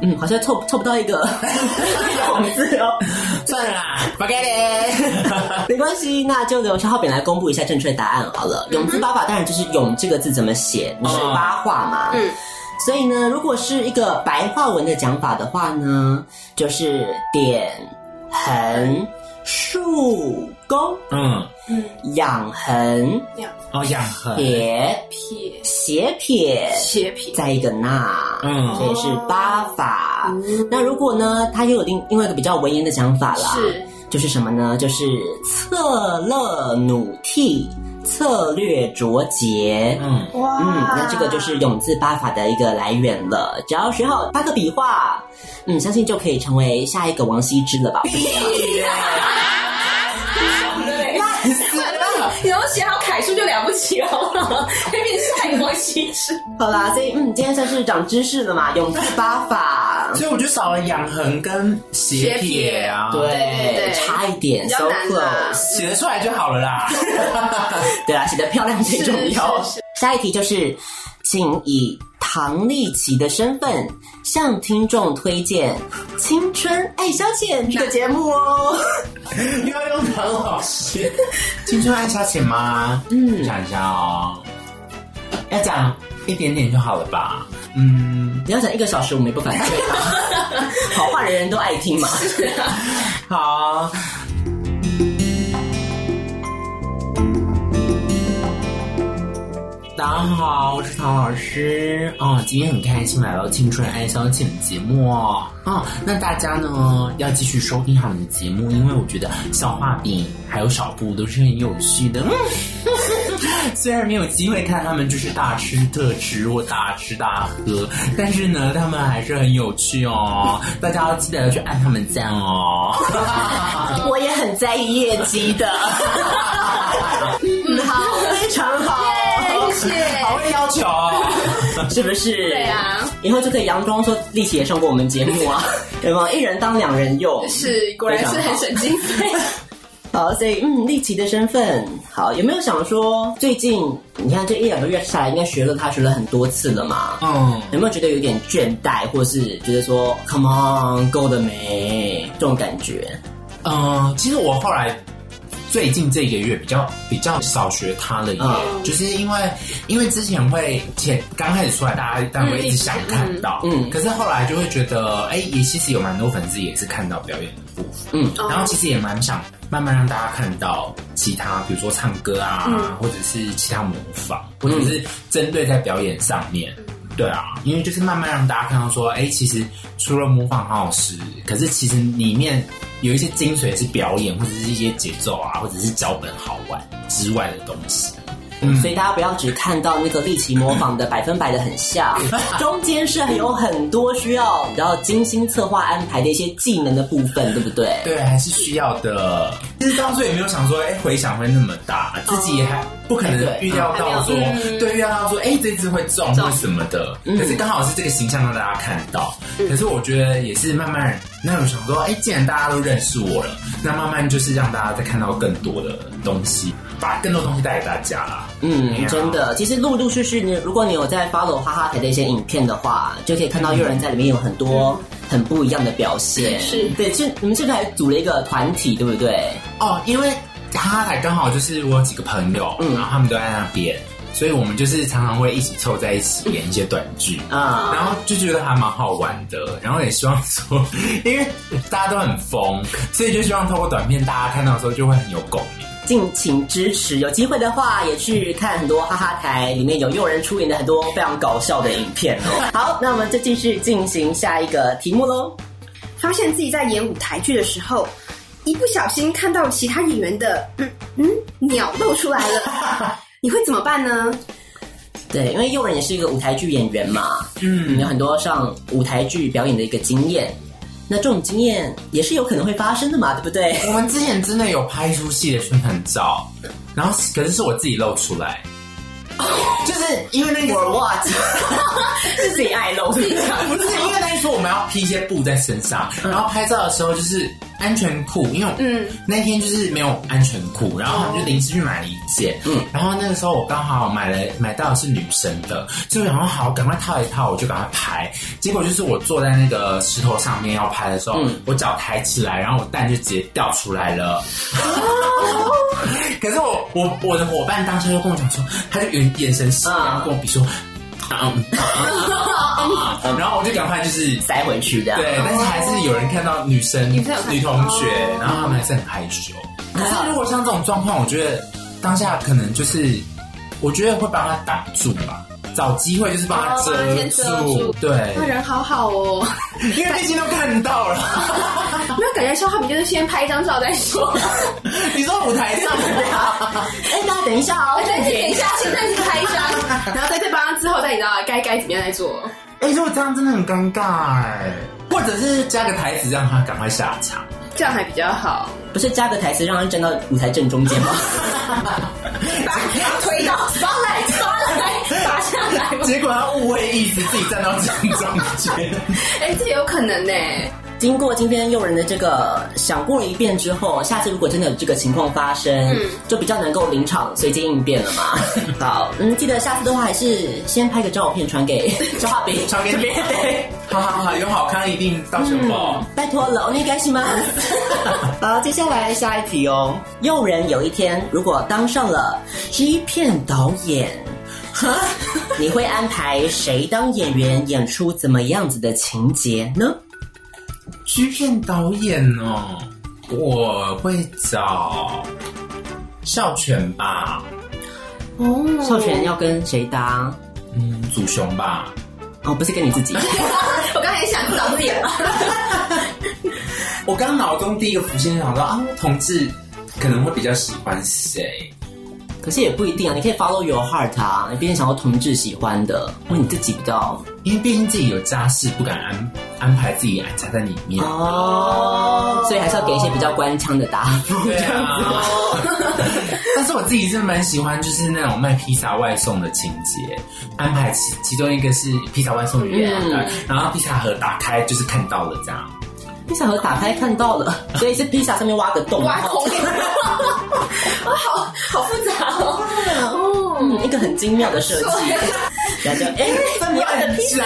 [SPEAKER 4] 嗯，好像凑凑不到一个永字哦。
[SPEAKER 8] 算了啦，forget it。
[SPEAKER 4] 没关系，那就由肖浩炳来公布一下正确答案
[SPEAKER 5] 嗯
[SPEAKER 4] 好了。永字八法当然就是“永”这个字怎么写，你是
[SPEAKER 8] 嗯
[SPEAKER 4] 八画嘛？
[SPEAKER 5] 嗯，
[SPEAKER 4] 所以呢，如果是一个白话文的讲法的话呢，就是点、横、竖、勾、
[SPEAKER 8] 嗯，
[SPEAKER 5] 嗯，
[SPEAKER 4] 仰横、
[SPEAKER 5] 两
[SPEAKER 8] 哦，养痕，
[SPEAKER 4] 撇、
[SPEAKER 5] 撇
[SPEAKER 4] 斜撇，
[SPEAKER 5] 斜撇，
[SPEAKER 4] 再一个捺，
[SPEAKER 8] 嗯
[SPEAKER 4] 所以是八法。
[SPEAKER 5] 嗯
[SPEAKER 4] 那如果呢，它又有另另外一个比较文言的讲法啦，
[SPEAKER 5] 是
[SPEAKER 4] 就是什么呢？就是策勒努替，策略卓捷。
[SPEAKER 8] 嗯，
[SPEAKER 5] 哇
[SPEAKER 4] 嗯，那这个就是永字八法的一个来源了。只要学好八个笔画，嗯， 相信就可以成为下一个王羲之了吧？
[SPEAKER 5] 好的
[SPEAKER 4] 起好不 好？那边是海国西施。好啦，所以嗯，今天算是长知识了嘛，永字八法。
[SPEAKER 8] 所以我就少了养横跟斜撇啊，
[SPEAKER 4] 对对对差一点比较 so 难啦 close
[SPEAKER 8] 写得出来就好了啦。
[SPEAKER 4] 对啊，写的漂亮最重要
[SPEAKER 5] 是是是。
[SPEAKER 4] 下一题就是，请以唐丽琪的身份向听众推荐《青春爱消遣》这个节目哦。
[SPEAKER 8] 又要用唐老师，青春爱消遣吗？嗯，想一下哦，要讲一点点就好了吧？嗯，
[SPEAKER 4] 你要讲一个小时，我们也不反对啊。 好话人人都爱听嘛。
[SPEAKER 5] 啊
[SPEAKER 8] 好，大家好，我是唐老师。哦，今天很开心来到《青春爱消遣》节目哦。哦，那大家呢要继续收听好你的节目，因为我觉得消化饼还有小布都是很有趣的。嗯 虽然没有机会看他们就是大吃特吃或大吃大喝，但是呢，他们还是很有趣哦。大家要记得去按他们赞哦。
[SPEAKER 4] 我也很在意业绩的。嗯，好，非常好，
[SPEAKER 5] 谢谢。
[SPEAKER 8] 好会要求哦。
[SPEAKER 4] 是不是？对
[SPEAKER 5] 啊，
[SPEAKER 4] 以后就可以佯装说丽琪也上过我们节 目啊，有没有？一人当两人用。
[SPEAKER 5] 是，果然是很省经费。
[SPEAKER 4] 好，所以嗯，丽琪的身份，好，有没有想说最近你看这一两个月下来，应该学了她学了很多次了嘛？
[SPEAKER 8] 嗯，
[SPEAKER 4] 有没有觉得有点倦怠，或是觉得说 “come on” 够了没这种感觉？
[SPEAKER 8] 嗯，其实我后来最近这个月比较比较少学它了耶，
[SPEAKER 4] 嗯
[SPEAKER 8] 就是因为因为之前会前刚开始出来，大家当然会一直想看到，
[SPEAKER 4] 嗯
[SPEAKER 8] 嗯，可是后来就会觉得，哎、也其实有蛮多粉丝也是看到表演的部分，
[SPEAKER 4] 嗯
[SPEAKER 8] 然后其实也蛮想慢慢让大家看到其他，比如说唱歌啊，或者是其他模仿，或者是针对在表演上面。对啊，因为就是慢慢让大家看到说，哎、其实除了模仿好老师，可是其实里面有一些精髓是表演，或者是一些节奏啊，或者是脚本好玩之外的东西。嗯
[SPEAKER 4] 所以大家不要只看到那个丽奇模仿的 百分百的很像，中间是有很多需要然后精心策划安排的一些技能的部分，对不对？
[SPEAKER 8] 对，还是需要的。其实当初也没有想说，哎、回响会那么大，自己也还不可能预料到说，对，预料到说，哎、这次会中嗯或什么的。可是刚好是这个形象让大家看到。可是我觉得也是慢慢，那我想说，哎、既然大家都认识我了，那慢慢就是让大家再看到更多的东西，把更多东西带给大家啦。对
[SPEAKER 4] 嗯，
[SPEAKER 8] 啊
[SPEAKER 4] 真的，其实陆陆续续呢，如果你有在 follow 哈哈台的一些影片的话，就可以看到有人在里面有很多很不一样的表现。
[SPEAKER 5] 是
[SPEAKER 4] 对，就你们现在还组了一个团体，对不对？
[SPEAKER 8] 哦，因为哈台刚好就是我有几个朋友，
[SPEAKER 4] 嗯
[SPEAKER 8] 然后他们都在那边，所以我们就是常常会一起凑在一起演一些短剧。
[SPEAKER 4] 啊、
[SPEAKER 8] 然后就觉得还蛮好玩的，然后也希望说，因为 大家都很疯，所以就希望透过短片，大家看到的时候就会很有共鸣。
[SPEAKER 4] 敬请支持，有机会的话也去看很多哈哈台，里面有诱人出演的很多非常搞笑的影片哦。好，那我们就继续进行下一个题目喽。
[SPEAKER 5] 发现自己在演舞台剧的时候，一不小心看到其他演员的嗯嗯鸟露出来 了，你会怎么办呢？
[SPEAKER 4] 对，因为诱人也是一个舞台剧演员嘛，
[SPEAKER 8] 嗯
[SPEAKER 4] 有很多上舞台剧表演的一个经验。那这种经验也是有可能会发生的嘛，对不对？
[SPEAKER 8] 哎我们之前真的有拍一出戏的宣传照，然后可是是我自己露出来， 就是因为 那个
[SPEAKER 4] 我 袜子是自己爱露，自己
[SPEAKER 8] 不是因为那一说我们要披一些布在身上，
[SPEAKER 4] 嗯
[SPEAKER 8] 然后拍照的时候就是安全裤，因为嗯那天就是没有安全裤，然后我们就临时去买了一件，
[SPEAKER 4] 哦嗯
[SPEAKER 8] 嗯，然后那个时候我刚好买了买到的是女生的，就然后好赶快套一套，我就赶快拍，结果就是我坐在那个石头上面要拍的时候，
[SPEAKER 4] 嗯
[SPEAKER 8] 我脚抬起来，然后我蛋就直接掉出来了。
[SPEAKER 4] 哦
[SPEAKER 8] 可是我我我的伙伴当时就跟我讲说，他就眼眼神死，然后跟我比说，啊嗯啊嗯然后我就赶快就 是
[SPEAKER 4] 塞回去这样。
[SPEAKER 8] 对，但是还是有人看到女生、
[SPEAKER 5] 啊女生有看到哦
[SPEAKER 8] 女同学，然后他们还是很害羞。可是如果像这种状况，我觉得当下可能就是，我觉得会帮他挡住吧，找机会就是帮他
[SPEAKER 5] 哦把他
[SPEAKER 8] 遮
[SPEAKER 5] 先遮住
[SPEAKER 8] 对，
[SPEAKER 5] 那人好好哦，
[SPEAKER 8] 因为毕竟都看到了。
[SPEAKER 5] 那感觉肖浩明就是先拍一张照再说。
[SPEAKER 8] 你说舞 台上
[SPEAKER 4] 哎，大家等一下哦，
[SPEAKER 5] 但是等一下，现在是拍一张，然后在这帮之后再你知道该该怎么样来做。
[SPEAKER 8] 哎、如果这样真的很欸 尴尬哎、或者是加个台词让他赶快下场。
[SPEAKER 5] 这样还比较好。
[SPEAKER 4] 不是加个台词让他站到舞台正中间吗？
[SPEAKER 5] 把他推到，抓来抓来，拔下来吧。
[SPEAKER 8] 结果他误会意思，自己站到正中间。
[SPEAKER 5] 哎、这有可能呢、
[SPEAKER 4] 经过今天诱人的这个想过一遍之后，下次如果真的有这个情况发生，
[SPEAKER 5] 嗯
[SPEAKER 4] 就比较能够临场随机应变了嘛。好，嗯，记得下次的话还是先拍个照片传给赵画饼，
[SPEAKER 8] 传给你
[SPEAKER 4] 这边
[SPEAKER 8] 好好好，有好看一定到时候。
[SPEAKER 4] 拜托了，お願いします。好，接下来下一题哦。诱人有一天如果当上了一片导演，哈，你会安排谁当演员，演出怎么样子的情节呢？
[SPEAKER 8] 剧片导演哦，我会找孝全吧，
[SPEAKER 5] 哦
[SPEAKER 4] 授权要跟谁搭？
[SPEAKER 8] 嗯，祖雄吧。
[SPEAKER 4] 哦，不是跟你自己。
[SPEAKER 5] 我刚才也想早点了。
[SPEAKER 8] 我刚脑中第一个浮现想到啊，同志可能会比较喜欢谁？
[SPEAKER 4] 可是也不一定啊，你可以 follow your heart 啊，你毕竟想要同志喜欢的，或你自己比较
[SPEAKER 8] 因为毕竟自己有家室，不敢安安排自己安插在里面。
[SPEAKER 4] 哦，所以还是要给一些比较官腔的答复。
[SPEAKER 8] 对啊，但是我自己是蛮喜欢，就是那种卖披萨外送的情节，安排其其中一个是披萨外送员，
[SPEAKER 4] 嗯
[SPEAKER 8] 对，然后披萨盒打开就是看到了这样，
[SPEAKER 4] 披萨盒打开看到了，所以是披萨上面挖个洞，
[SPEAKER 5] 挖空
[SPEAKER 4] 然后
[SPEAKER 5] 哇，好好复杂哦。
[SPEAKER 4] 嗯，一个很精妙的设计。然后就哎，这么
[SPEAKER 5] 我的
[SPEAKER 4] 暗
[SPEAKER 5] 披萨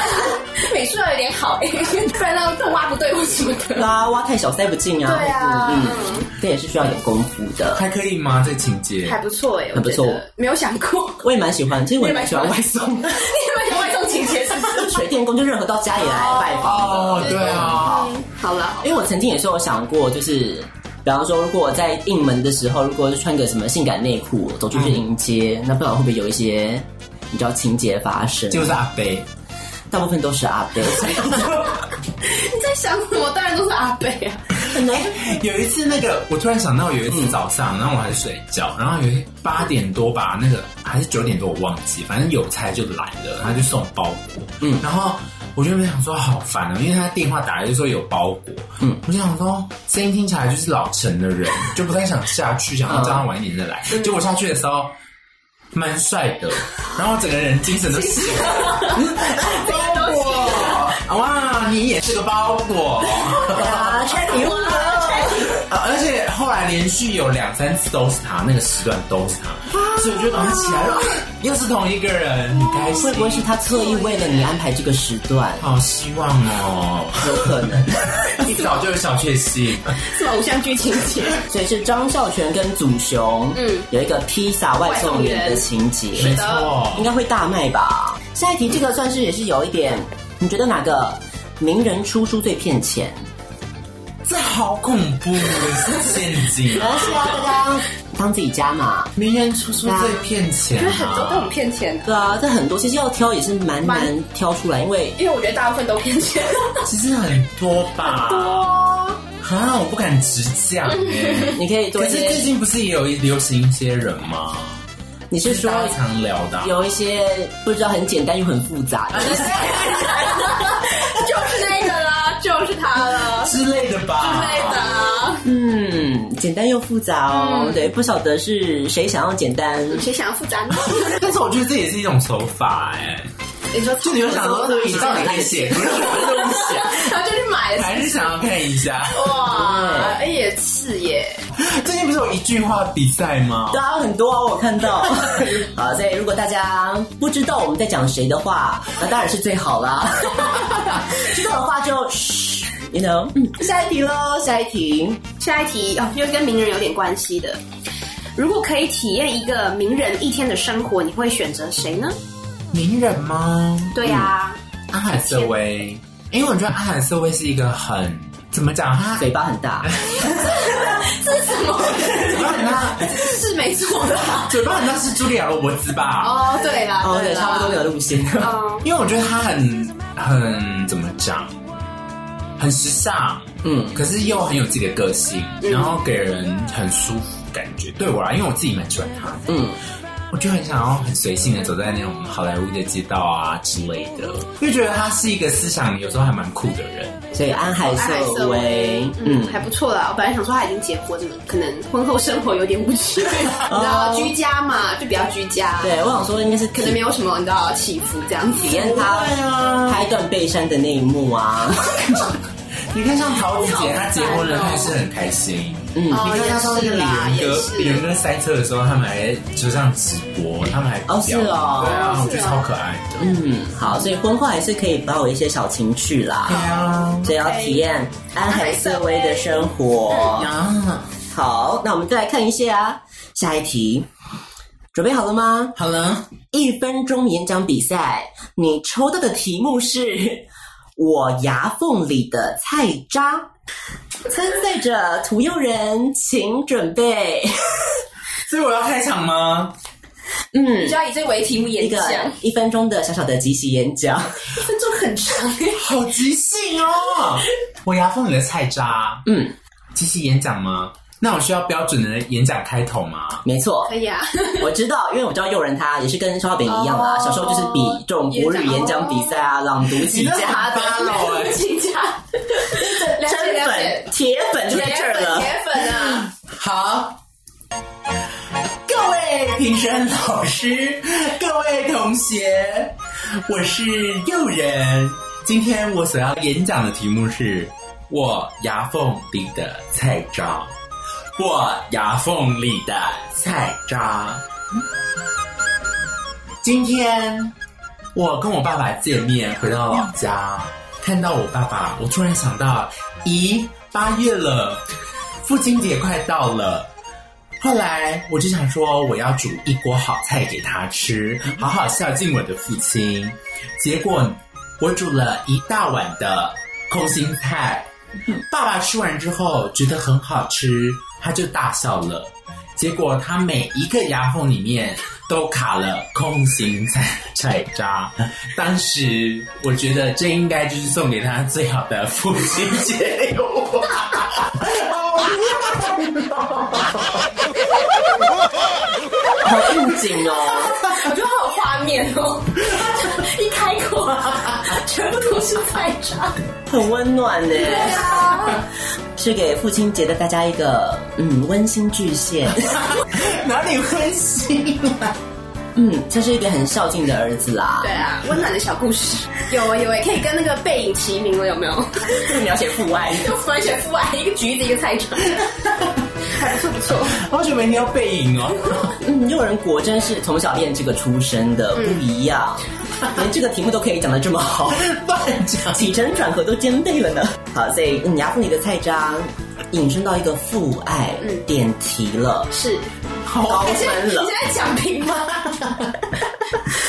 [SPEAKER 5] 美术有点好哎、不然那个动画不对或什么的。
[SPEAKER 4] 啦，挖太小塞不进啊。
[SPEAKER 5] 对啊
[SPEAKER 4] 嗯，嗯这也是需要点功夫的。
[SPEAKER 8] 还可以吗？这情节
[SPEAKER 5] 还不错哎、我
[SPEAKER 4] 很不错
[SPEAKER 5] 觉得没有想过。
[SPEAKER 4] 我也蛮喜欢，其实我也蛮喜欢外送的，
[SPEAKER 5] 你们有外送情节是不是？
[SPEAKER 4] 水电工就任何到家里来拜访的。
[SPEAKER 8] 哦，对啊，
[SPEAKER 5] 好了，
[SPEAKER 4] 因为我曾经也是有想过，就是比方说，如果我在应门的时候，如果是穿个什么性感内裤走出去迎接，那不知道会不会有一些你知道情节发生？
[SPEAKER 8] 就是阿飞，
[SPEAKER 4] 大部分都是阿贝，所以
[SPEAKER 5] 你在想什么？当然都是阿贝啊。
[SPEAKER 4] 很难。
[SPEAKER 8] 有一次那个，我突然想到有一次早上，然后我还睡觉，然后有一八点多吧，那个还是九点多，我忘记，反正有差就来了，他就送包裹，
[SPEAKER 4] 嗯
[SPEAKER 8] 嗯，然后我就没想说好烦哦，因为他电话打来就说有包裹，
[SPEAKER 4] 嗯
[SPEAKER 8] 嗯，我就想说声音听起来就是老成的 人，就不太想下去，想要叫他晚一点再来，结果下去的时候。蛮帅的，然后整个人精神都醒了。 包裹，哇，你也是个包裹。
[SPEAKER 4] 啊，check you out
[SPEAKER 8] 啊，而且后来连续有两三次都是他，那个时段都是他，所以我就赶快起来了， 啊又是同一个人，很开心。
[SPEAKER 4] 会不会是他特意为了你安排这个时段？
[SPEAKER 8] 好希望 哦，
[SPEAKER 4] 有可能，
[SPEAKER 8] 一早就有小确幸。
[SPEAKER 5] 是吧偶像剧情 节，
[SPEAKER 4] 所以是张孝全跟祖雄，
[SPEAKER 5] 嗯
[SPEAKER 4] 有一个披萨外送员的情节，
[SPEAKER 8] 没错
[SPEAKER 4] 应，该会大卖吧。下一题，这个算是也是有一点，你觉得哪个名人出书最骗钱？
[SPEAKER 8] 这好恐怖，是陷 阱。
[SPEAKER 4] 而且啊，大家当自己家嘛。
[SPEAKER 8] 名人出书最骗钱
[SPEAKER 5] 因为很多都很
[SPEAKER 8] 啊！
[SPEAKER 5] 骗钱的，
[SPEAKER 4] 对啊，这很多其实要挑也是蛮
[SPEAKER 5] 蛮
[SPEAKER 4] 难挑出来，因为
[SPEAKER 5] 因为我觉得大部分都骗钱。
[SPEAKER 8] 其实很多吧，
[SPEAKER 5] 哦，
[SPEAKER 8] 啊，我不敢直讲哎。
[SPEAKER 4] 你可以做
[SPEAKER 8] 可
[SPEAKER 4] 一
[SPEAKER 8] 是最
[SPEAKER 4] 些，
[SPEAKER 8] 近不是也有流行一些人吗？
[SPEAKER 4] 你是说
[SPEAKER 8] 大家常聊的啊，
[SPEAKER 4] 有一些不知道很简单又很复杂的，
[SPEAKER 5] 啊就是那个啦，就是他了。
[SPEAKER 8] 之类的吧？
[SPEAKER 5] 之类的啊，
[SPEAKER 4] 嗯，简单又复杂哦。
[SPEAKER 5] 嗯
[SPEAKER 4] 对，不晓得是谁想要简单，
[SPEAKER 5] 谁想要复杂呢？
[SPEAKER 8] 但是我觉得这也是一种手法哎、
[SPEAKER 5] 你说，
[SPEAKER 8] 就你会想说，你到底可以写不是东西 啊，
[SPEAKER 5] 他就去买了
[SPEAKER 8] 还是想要看一下？
[SPEAKER 5] 哇，哎也是耶，
[SPEAKER 8] 最近不是有一句话比赛吗
[SPEAKER 4] 对？啊，很多啊，我有看 到。好，所以如果大家不知道我们在讲谁的话，那当然是最好 啦。知道的话就嘘，you know。嗯下一题喽，下一题。
[SPEAKER 5] 下一题哦，又跟名人有点关系的。如果可以体验一个名人一天的生活，你会选择谁呢？
[SPEAKER 8] 名人吗？
[SPEAKER 5] 对呀、啊，
[SPEAKER 8] 阿海瑟薇，因为我觉得阿海瑟薇是一个很怎么讲，他
[SPEAKER 4] 嘴巴很大，
[SPEAKER 5] 这是什么？
[SPEAKER 8] 嘴巴很大，
[SPEAKER 5] 是没错的。
[SPEAKER 8] 嘴巴很大是茱莉亚·罗伯兹吧？
[SPEAKER 5] 哦，对啦，
[SPEAKER 4] 哦，对，哦
[SPEAKER 5] 啦
[SPEAKER 4] 差不多没有路线。
[SPEAKER 5] 嗯，
[SPEAKER 8] 因为我觉得她很很怎么讲，很时尚，
[SPEAKER 4] 嗯，
[SPEAKER 8] 可是又很有自己的个性，然后给人很舒服感觉。对我来，因为我自己蛮喜欢她的。
[SPEAKER 4] 嗯，
[SPEAKER 8] 我就很想要很随性的走在那种好莱坞的街道啊之类的，就觉得他是一个思想有时候还蛮酷的人。
[SPEAKER 4] 所以哦安海瑟薇，
[SPEAKER 5] 嗯，还不错啦。我本来想说他已经结婚了，可能婚后生活有点无 趣，你知道，居家嘛，就比较居家。
[SPEAKER 4] 哦对我想说应该是
[SPEAKER 5] 可能没有什么你知道起伏这样子。哦
[SPEAKER 4] 体验他拍断背山的那一幕啊。
[SPEAKER 8] 你看像陶丽姐，她结婚了，她还是很 开心。嗯，你
[SPEAKER 5] 哦
[SPEAKER 8] 看她上那个
[SPEAKER 5] 也是
[SPEAKER 4] 啊
[SPEAKER 5] 啦
[SPEAKER 8] 李仁
[SPEAKER 5] 也
[SPEAKER 8] 哥
[SPEAKER 5] 是，
[SPEAKER 8] 李仁哥塞车的时候，他们还就这样直播，他们还
[SPEAKER 4] 哦是哦
[SPEAKER 8] 对啊，我
[SPEAKER 4] 是哦
[SPEAKER 8] 觉得超可爱的。
[SPEAKER 4] 嗯，好，所以婚后还是可以保有一些小情趣啦。对
[SPEAKER 8] 啊，
[SPEAKER 4] 所以要体验安海瑟薇的生活啊。好，那我们再来看一下啊，下一题，准备好了吗？
[SPEAKER 11] 好了，
[SPEAKER 4] 一分钟演讲比赛，你抽到的题目是“我牙缝里的菜渣”。参赛者屠佑人，请准备。
[SPEAKER 8] 所以我要开场吗？
[SPEAKER 4] 嗯
[SPEAKER 5] 你就，要以这为题目
[SPEAKER 4] 一
[SPEAKER 5] 演
[SPEAKER 4] 个
[SPEAKER 5] 讲，
[SPEAKER 4] 一分钟的小小的即席演讲。
[SPEAKER 5] 一分钟很长耶。
[SPEAKER 8] 好即兴哦！我牙缝里的菜渣，
[SPEAKER 4] 嗯，
[SPEAKER 8] 即兴演讲吗？那我需要标准的演讲开头吗？
[SPEAKER 4] 没错
[SPEAKER 5] 可，以 啊，
[SPEAKER 4] 我知道，因为我知道诱人他也是跟肖小饼一样啦，
[SPEAKER 5] 哦
[SPEAKER 4] 小时候就是比这种国语演讲比赛啊、朗读起家的，
[SPEAKER 8] 八楼哎，
[SPEAKER 5] 请 讲。了解
[SPEAKER 4] 真
[SPEAKER 5] 了
[SPEAKER 4] 粉
[SPEAKER 5] 解，
[SPEAKER 4] 铁粉就
[SPEAKER 5] 铁
[SPEAKER 4] 在这儿
[SPEAKER 5] 粉
[SPEAKER 4] 了。
[SPEAKER 5] 铁粉啊！
[SPEAKER 8] 好。各位评审老师，各位同学，我是诱人。今天我所要演讲的题目是“我牙缝里的菜渣”，我牙缝里的菜渣。今天我跟我爸爸见面，回到老家，看到我爸爸，我突然想到，咦，八月了，父亲节快到了。后来我就想说，我要煮一锅好菜给他吃，好好孝敬我的父亲。结果我煮了一大碗的空心菜，爸爸吃完之后觉得很好吃，他就大笑了。结果他每一个牙缝里面都卡了空心菜菜渣。当时我觉得这应该就是送给他最好的父亲节礼物。
[SPEAKER 4] 好应景 哦，
[SPEAKER 5] 我觉得好有画面 哦，一开口啊，全部都是菜 渣。
[SPEAKER 4] 很温暖呢，
[SPEAKER 5] 对啊，
[SPEAKER 4] 是给父亲节的大家一个嗯温馨巨 献。
[SPEAKER 8] 哪里温馨啊？
[SPEAKER 4] 嗯，这是一个很孝敬的儿子啦。
[SPEAKER 5] 对，啊，温暖的小故事， 有啊有哎，可以跟那个背影齐名了，有 没有？
[SPEAKER 4] 这个描写父爱。
[SPEAKER 5] 就完全父哎爱，一个橘子，一个菜渣， 还不错不错。
[SPEAKER 8] 好久没聊背影哦。
[SPEAKER 4] 嗯，诱人果真是从小练这个出身的，不一样，
[SPEAKER 5] 嗯
[SPEAKER 4] 连这个题目都可以讲得这么好，起承转合都兼备了呢。好，所以嗯，牙缝里的菜渣引申到一个父爱，
[SPEAKER 5] 嗯
[SPEAKER 4] 点题了，
[SPEAKER 5] 是，
[SPEAKER 4] 高分了
[SPEAKER 5] 你。现在讲评 吗？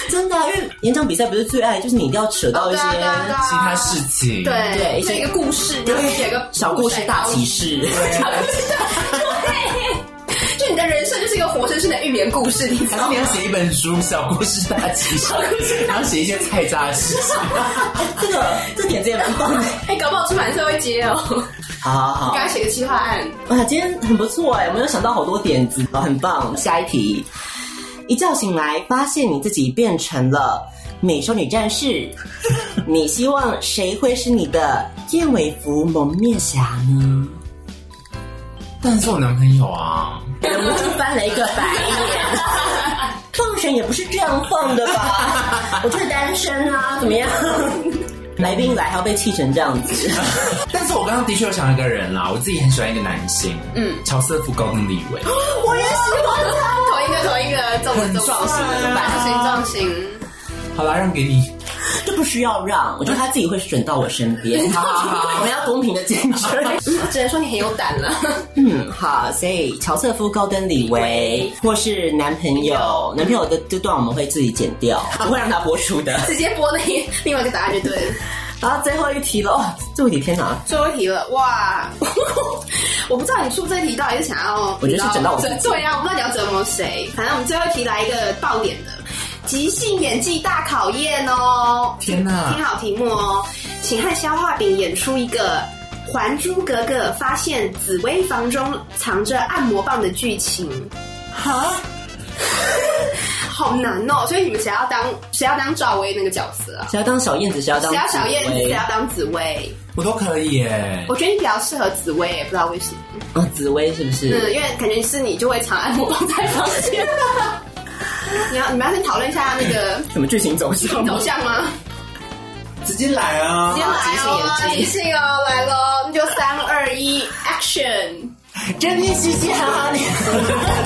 [SPEAKER 4] 真的啊、因为演讲比赛不是最爱，就是你一定要扯到一些、
[SPEAKER 5] 哦对啊对啊
[SPEAKER 8] 其他事情，
[SPEAKER 5] 对
[SPEAKER 4] 对
[SPEAKER 5] 这一个故事，你要写个
[SPEAKER 4] 对小故事大启
[SPEAKER 5] 示，
[SPEAKER 4] 示。
[SPEAKER 5] 小故事 大，对，就你的人生就是一个活生生的寓言故事，你知
[SPEAKER 8] 还
[SPEAKER 5] 道
[SPEAKER 8] 是你
[SPEAKER 5] 吗
[SPEAKER 8] 要？写一本书《小故事大集小故事，然后写一些菜渣的事情。
[SPEAKER 4] 这个这点子也蛮棒的。
[SPEAKER 5] 哎，搞不好出版社会 接哦，
[SPEAKER 4] 好好好
[SPEAKER 5] 刚，才写个企划案，
[SPEAKER 4] 哇，今天很不错哎，我们有想到好多点子，哦很 棒。下一题，一觉醒来发现你自己变成了美少女 战士，你希望谁会是你的燕尾服蒙面侠呢？
[SPEAKER 8] 但是我男朋友啊，
[SPEAKER 4] 忍不住翻了一个白眼。放生也不是这样放的吧？我就是单身啊，怎么样？ 来宾来还要被气成这样子，
[SPEAKER 8] 但是我刚刚的确有想到一个人啦，我自己很喜欢一个男星，
[SPEAKER 5] 嗯
[SPEAKER 8] 乔瑟夫·高登李维，
[SPEAKER 5] 我也喜欢他， 同一个同一个，中了中
[SPEAKER 8] 撞型
[SPEAKER 5] 了撞型撞型，
[SPEAKER 8] 好啦，让给你。
[SPEAKER 4] 这不需要让，我觉得他自己会选到我身边。 好好好，我们要公平的竞争。
[SPEAKER 5] 嗯只能说你很有胆了，
[SPEAKER 4] 嗯，好，所以乔瑟夫、高登、李维，或是男朋友，男朋友的这段我们会自己剪 掉，不会让他播出的。
[SPEAKER 5] 直接播那一另外一个答案就对了。
[SPEAKER 4] 好，最后一题了，哦，这我的天哪！
[SPEAKER 5] 最后一题了，哇！ 我不知道你出这题到底是想要，
[SPEAKER 4] 我觉得是整到我自己
[SPEAKER 5] 对呀、啊，我不知道你要折磨谁。反正我们最后一题来一个爆点的，即兴演技大考验哦！
[SPEAKER 8] 天哪
[SPEAKER 5] 听好题目哦，请和消化饼演出一个《还珠格格》发现紫薇房中藏着按摩棒的剧情。
[SPEAKER 8] 哈，
[SPEAKER 5] 好难哦。所以你们谁要当谁要当赵薇那个角色啊？
[SPEAKER 4] 谁要当小燕子，谁要当
[SPEAKER 5] 谁要小燕子，
[SPEAKER 4] 紫薇
[SPEAKER 5] 谁要当紫薇？
[SPEAKER 8] 我都可以耶。
[SPEAKER 5] 我觉得你比较适合紫薇，不知道为什么。
[SPEAKER 4] 哦，紫薇是不是？
[SPEAKER 5] 嗯，因为感觉是你就会长按摩棒在房间。 你要你们要先讨论一下那 个
[SPEAKER 4] 什么剧情走向吗？
[SPEAKER 5] 头像吗？
[SPEAKER 8] 直接来啊！
[SPEAKER 5] 今天来哦，即
[SPEAKER 4] 即
[SPEAKER 5] 兴哦，来喽，那就三二一，Action！
[SPEAKER 4] 真的嘻嘻哈哈，你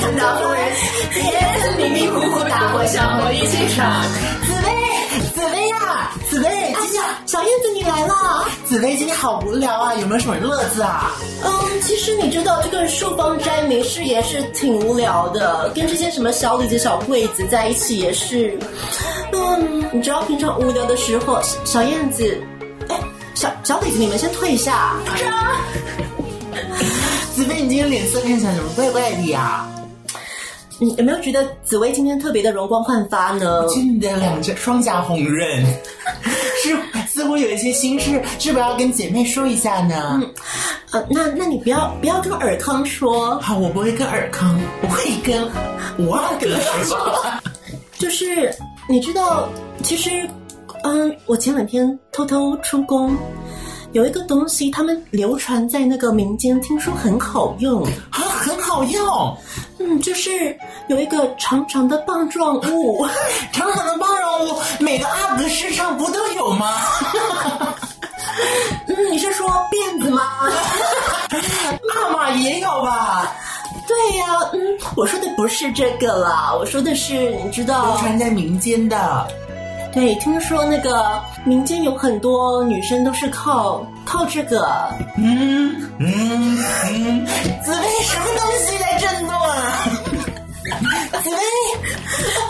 [SPEAKER 4] 看到我 人，别迷迷糊糊，大伙小伙一起耍。紫薇，紫薇呀、
[SPEAKER 8] 啊
[SPEAKER 4] 紫薇，今天小燕子你来了。
[SPEAKER 8] 紫薇今天好无聊啊，有没有什么乐子啊？
[SPEAKER 4] 嗯，其实你知道这个树方斋名士也是挺无聊的，跟这些什么小李子、小桂子在一起也是。嗯，你知道平常无聊的时候，小小燕子，哎，小小李子，你们先退一下。是啊。
[SPEAKER 8] 紫薇，你今天脸色看起来怎么怪怪的呀？
[SPEAKER 4] 你有没有觉得紫薇今天特别的容光焕发呢？
[SPEAKER 8] 就你的两只双颊红 润，是似乎有一些心事，是不是要跟姐妹说一下呢？
[SPEAKER 4] 呃，那那你不要不要跟尔康说，
[SPEAKER 8] 好，我不会跟尔康，我会跟五阿哥说。
[SPEAKER 4] 就是嗯你知道，其实，嗯，我前两天偷偷出宫，有一个东西，他们流传在那个民间，听说很好用。
[SPEAKER 8] 啊，很好用，
[SPEAKER 4] 嗯，就是有一个长长的棒状物，
[SPEAKER 8] 长长的包容我，每个阿哥身上不都有吗？
[SPEAKER 4] 嗯，你是说辫子 吗？
[SPEAKER 8] 阿玛也有吧？
[SPEAKER 4] 对呀、嗯，我说的不是这个啦，我说的是你知
[SPEAKER 8] 流
[SPEAKER 4] 道，
[SPEAKER 8] 传在民间的，
[SPEAKER 4] 对，听说那个民间有很多女生都是靠靠这个
[SPEAKER 8] 嗯嗯嗯，
[SPEAKER 4] 紫薇，什么东西在震动啊？紫薇，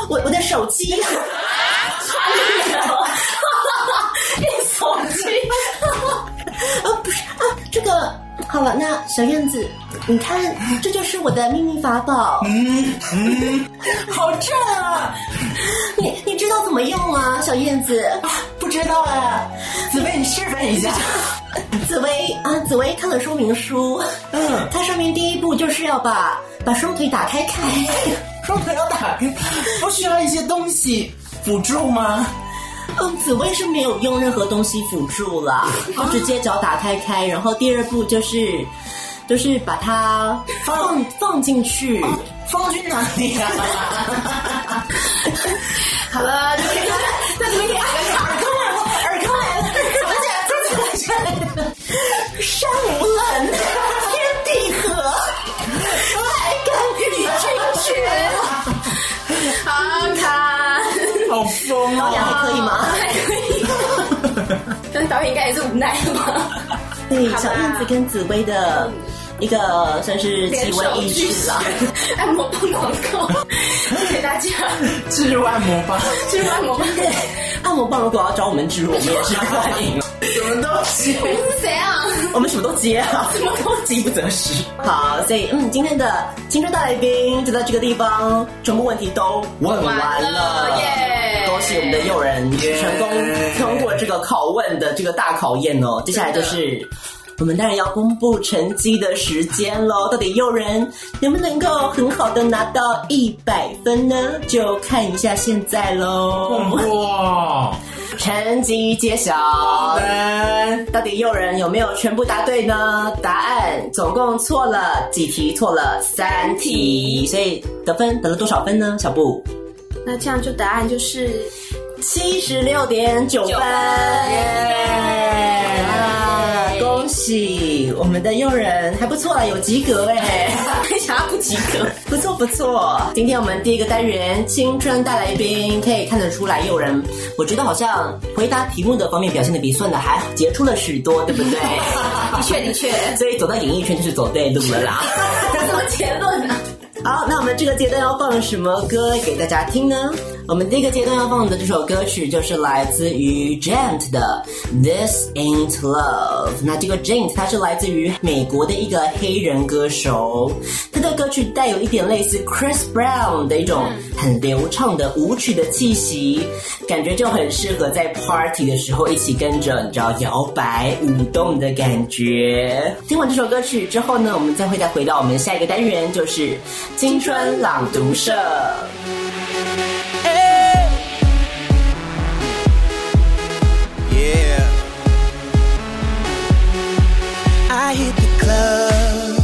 [SPEAKER 4] 我我的手机，你啊手机，啊不是啊，这个好了，那小燕子，你看，这就是我的秘密法宝，嗯嗯，好正啊！你你知道怎么用吗，小燕子？
[SPEAKER 8] 啊不知道哎，紫薇你示范一下。
[SPEAKER 4] 紫薇啊，紫薇看了说明书，
[SPEAKER 8] 嗯，
[SPEAKER 4] 它上面第一步就是要把把双腿打开开，
[SPEAKER 8] 双腿要打开，不需要一些东西辅助吗？
[SPEAKER 4] 嗯，紫薇是没有用任何东西辅助 啦，就直接脚打开开，然后第二步就是就是把它放放进去，
[SPEAKER 8] 啊放去哪里啊？
[SPEAKER 5] 好了，就给那你们给
[SPEAKER 4] 耳朵来了， 耳朵来了，走起来，走起来，山无棱，天地合，爱敢与君绝。
[SPEAKER 5] 好看，
[SPEAKER 8] 好疯
[SPEAKER 4] 高雅还可以吗？
[SPEAKER 5] 还可以。但导演应该也是无奈的吧？
[SPEAKER 4] 对，
[SPEAKER 5] 好吧
[SPEAKER 4] 小燕子跟紫薇的一个算是奇闻异事啦。
[SPEAKER 5] 按摩棒广告，谢谢大家。
[SPEAKER 8] 置入按摩棒，
[SPEAKER 5] 就是按摩棒，
[SPEAKER 4] 按摩棒如果要找我们植入，我们也是欢 迎。
[SPEAKER 8] 什么东西？
[SPEAKER 5] 我们是谁啊？
[SPEAKER 4] 我们什么都接啊，什么都饥不择食。好，所以嗯，今天的青春大来宾就到这个地方，全部问题都问完了，
[SPEAKER 5] 耶
[SPEAKER 4] 恭喜我们的诱人
[SPEAKER 8] 耶
[SPEAKER 4] 成功通过这个拷问的这个大考验哦。接下来就是。我们当然要公布成绩的时间喽，到底诱人能不能够很好的拿到一百分呢？就看一下现在喽。
[SPEAKER 8] 哇！
[SPEAKER 4] 成绩揭晓，到底诱人有没有全部答对呢？答案总共错了几题？错了三题，所以得分得了多少分呢？小布
[SPEAKER 5] 那这样就答案就是
[SPEAKER 4] 七十六点九分，啊恭喜我们的诱人还不错啦，有及格哎。
[SPEAKER 5] 为啥不及格？
[SPEAKER 4] 不错不错，今天我们第一个单元“青春大来宾”可以看得出来，有人我觉得好像回答题目的方面表现的比算的还杰出了许多，对不对？
[SPEAKER 5] 的 确的确，
[SPEAKER 4] 所以走到演艺圈就是走对路了啦。
[SPEAKER 5] 这什么结论呢？
[SPEAKER 4] 好，那我们这个阶段要放什么歌给大家听呢？我们第一个阶段要放的这首歌曲就是来自于 Gent 的《This Ain't Love》。那这个 Gent 他是来自于美国的一个黑人歌手，他的歌曲带有一点类似 Chris Brown 的一种很流畅的舞曲的气息，感觉就很适合在 party 的时候一起跟着你知道摇摆舞动的感觉。听完这首歌曲之后呢，我们再会再回到我们下一个单元，就是青春朗读社。
[SPEAKER 11] Yeah. I hit the club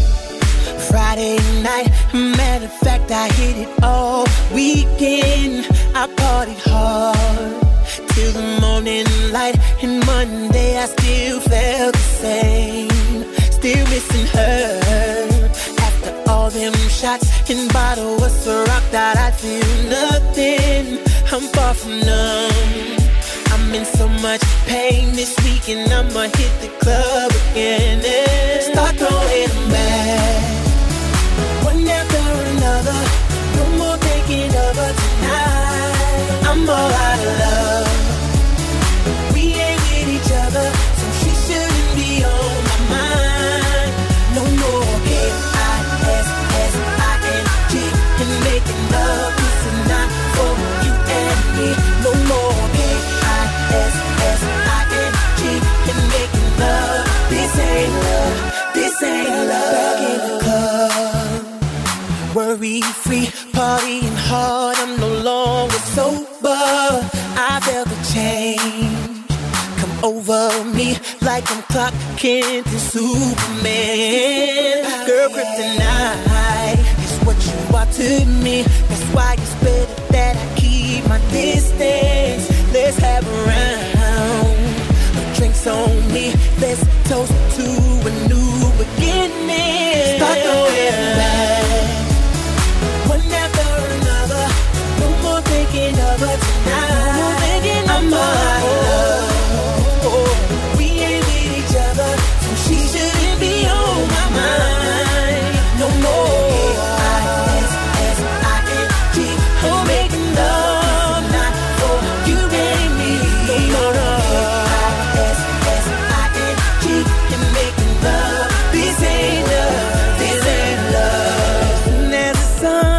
[SPEAKER 11] Friday night. Matter of fact, I hit it all weekend. I partied hard till the morning light. And Monday, I still felt the same. Still missing her after all them shots and bottle was so rock that I feel nothing. I'm far from numb. I'm in so much pain this weekend. I'ma hit the club again and start throwing them back. One after another, no more thinking of her tonight. I'm all out of love. We ain't with each other, so she shouldn't be on my mind. No more N-I-S-S-I-N-G and making love. This is not for you and me. No more N-I-S-S-I-N-G and making love. This ain't love. This ain't love. Back in the club worry free, partying hard. I'm no longer sober. I felt the change come over me like I'm Clark Kent and Superman. Girl, kryptonite is what you are to me. That's why it's better that I keep my distance. Let's have a round of drinks on me. Let's toast to a new beginning. Start throwing back. One after another, no more thinking of her tonight. No more thinking I'm all out of love. We ain't with each other, so she shouldn't be on my mind. No more. K-I-S-S-I-N-G, oh, making love, not for you and me. No more. K-I-S-S-I-N-G, and making love. This ain't love, this ain't love. And as the sun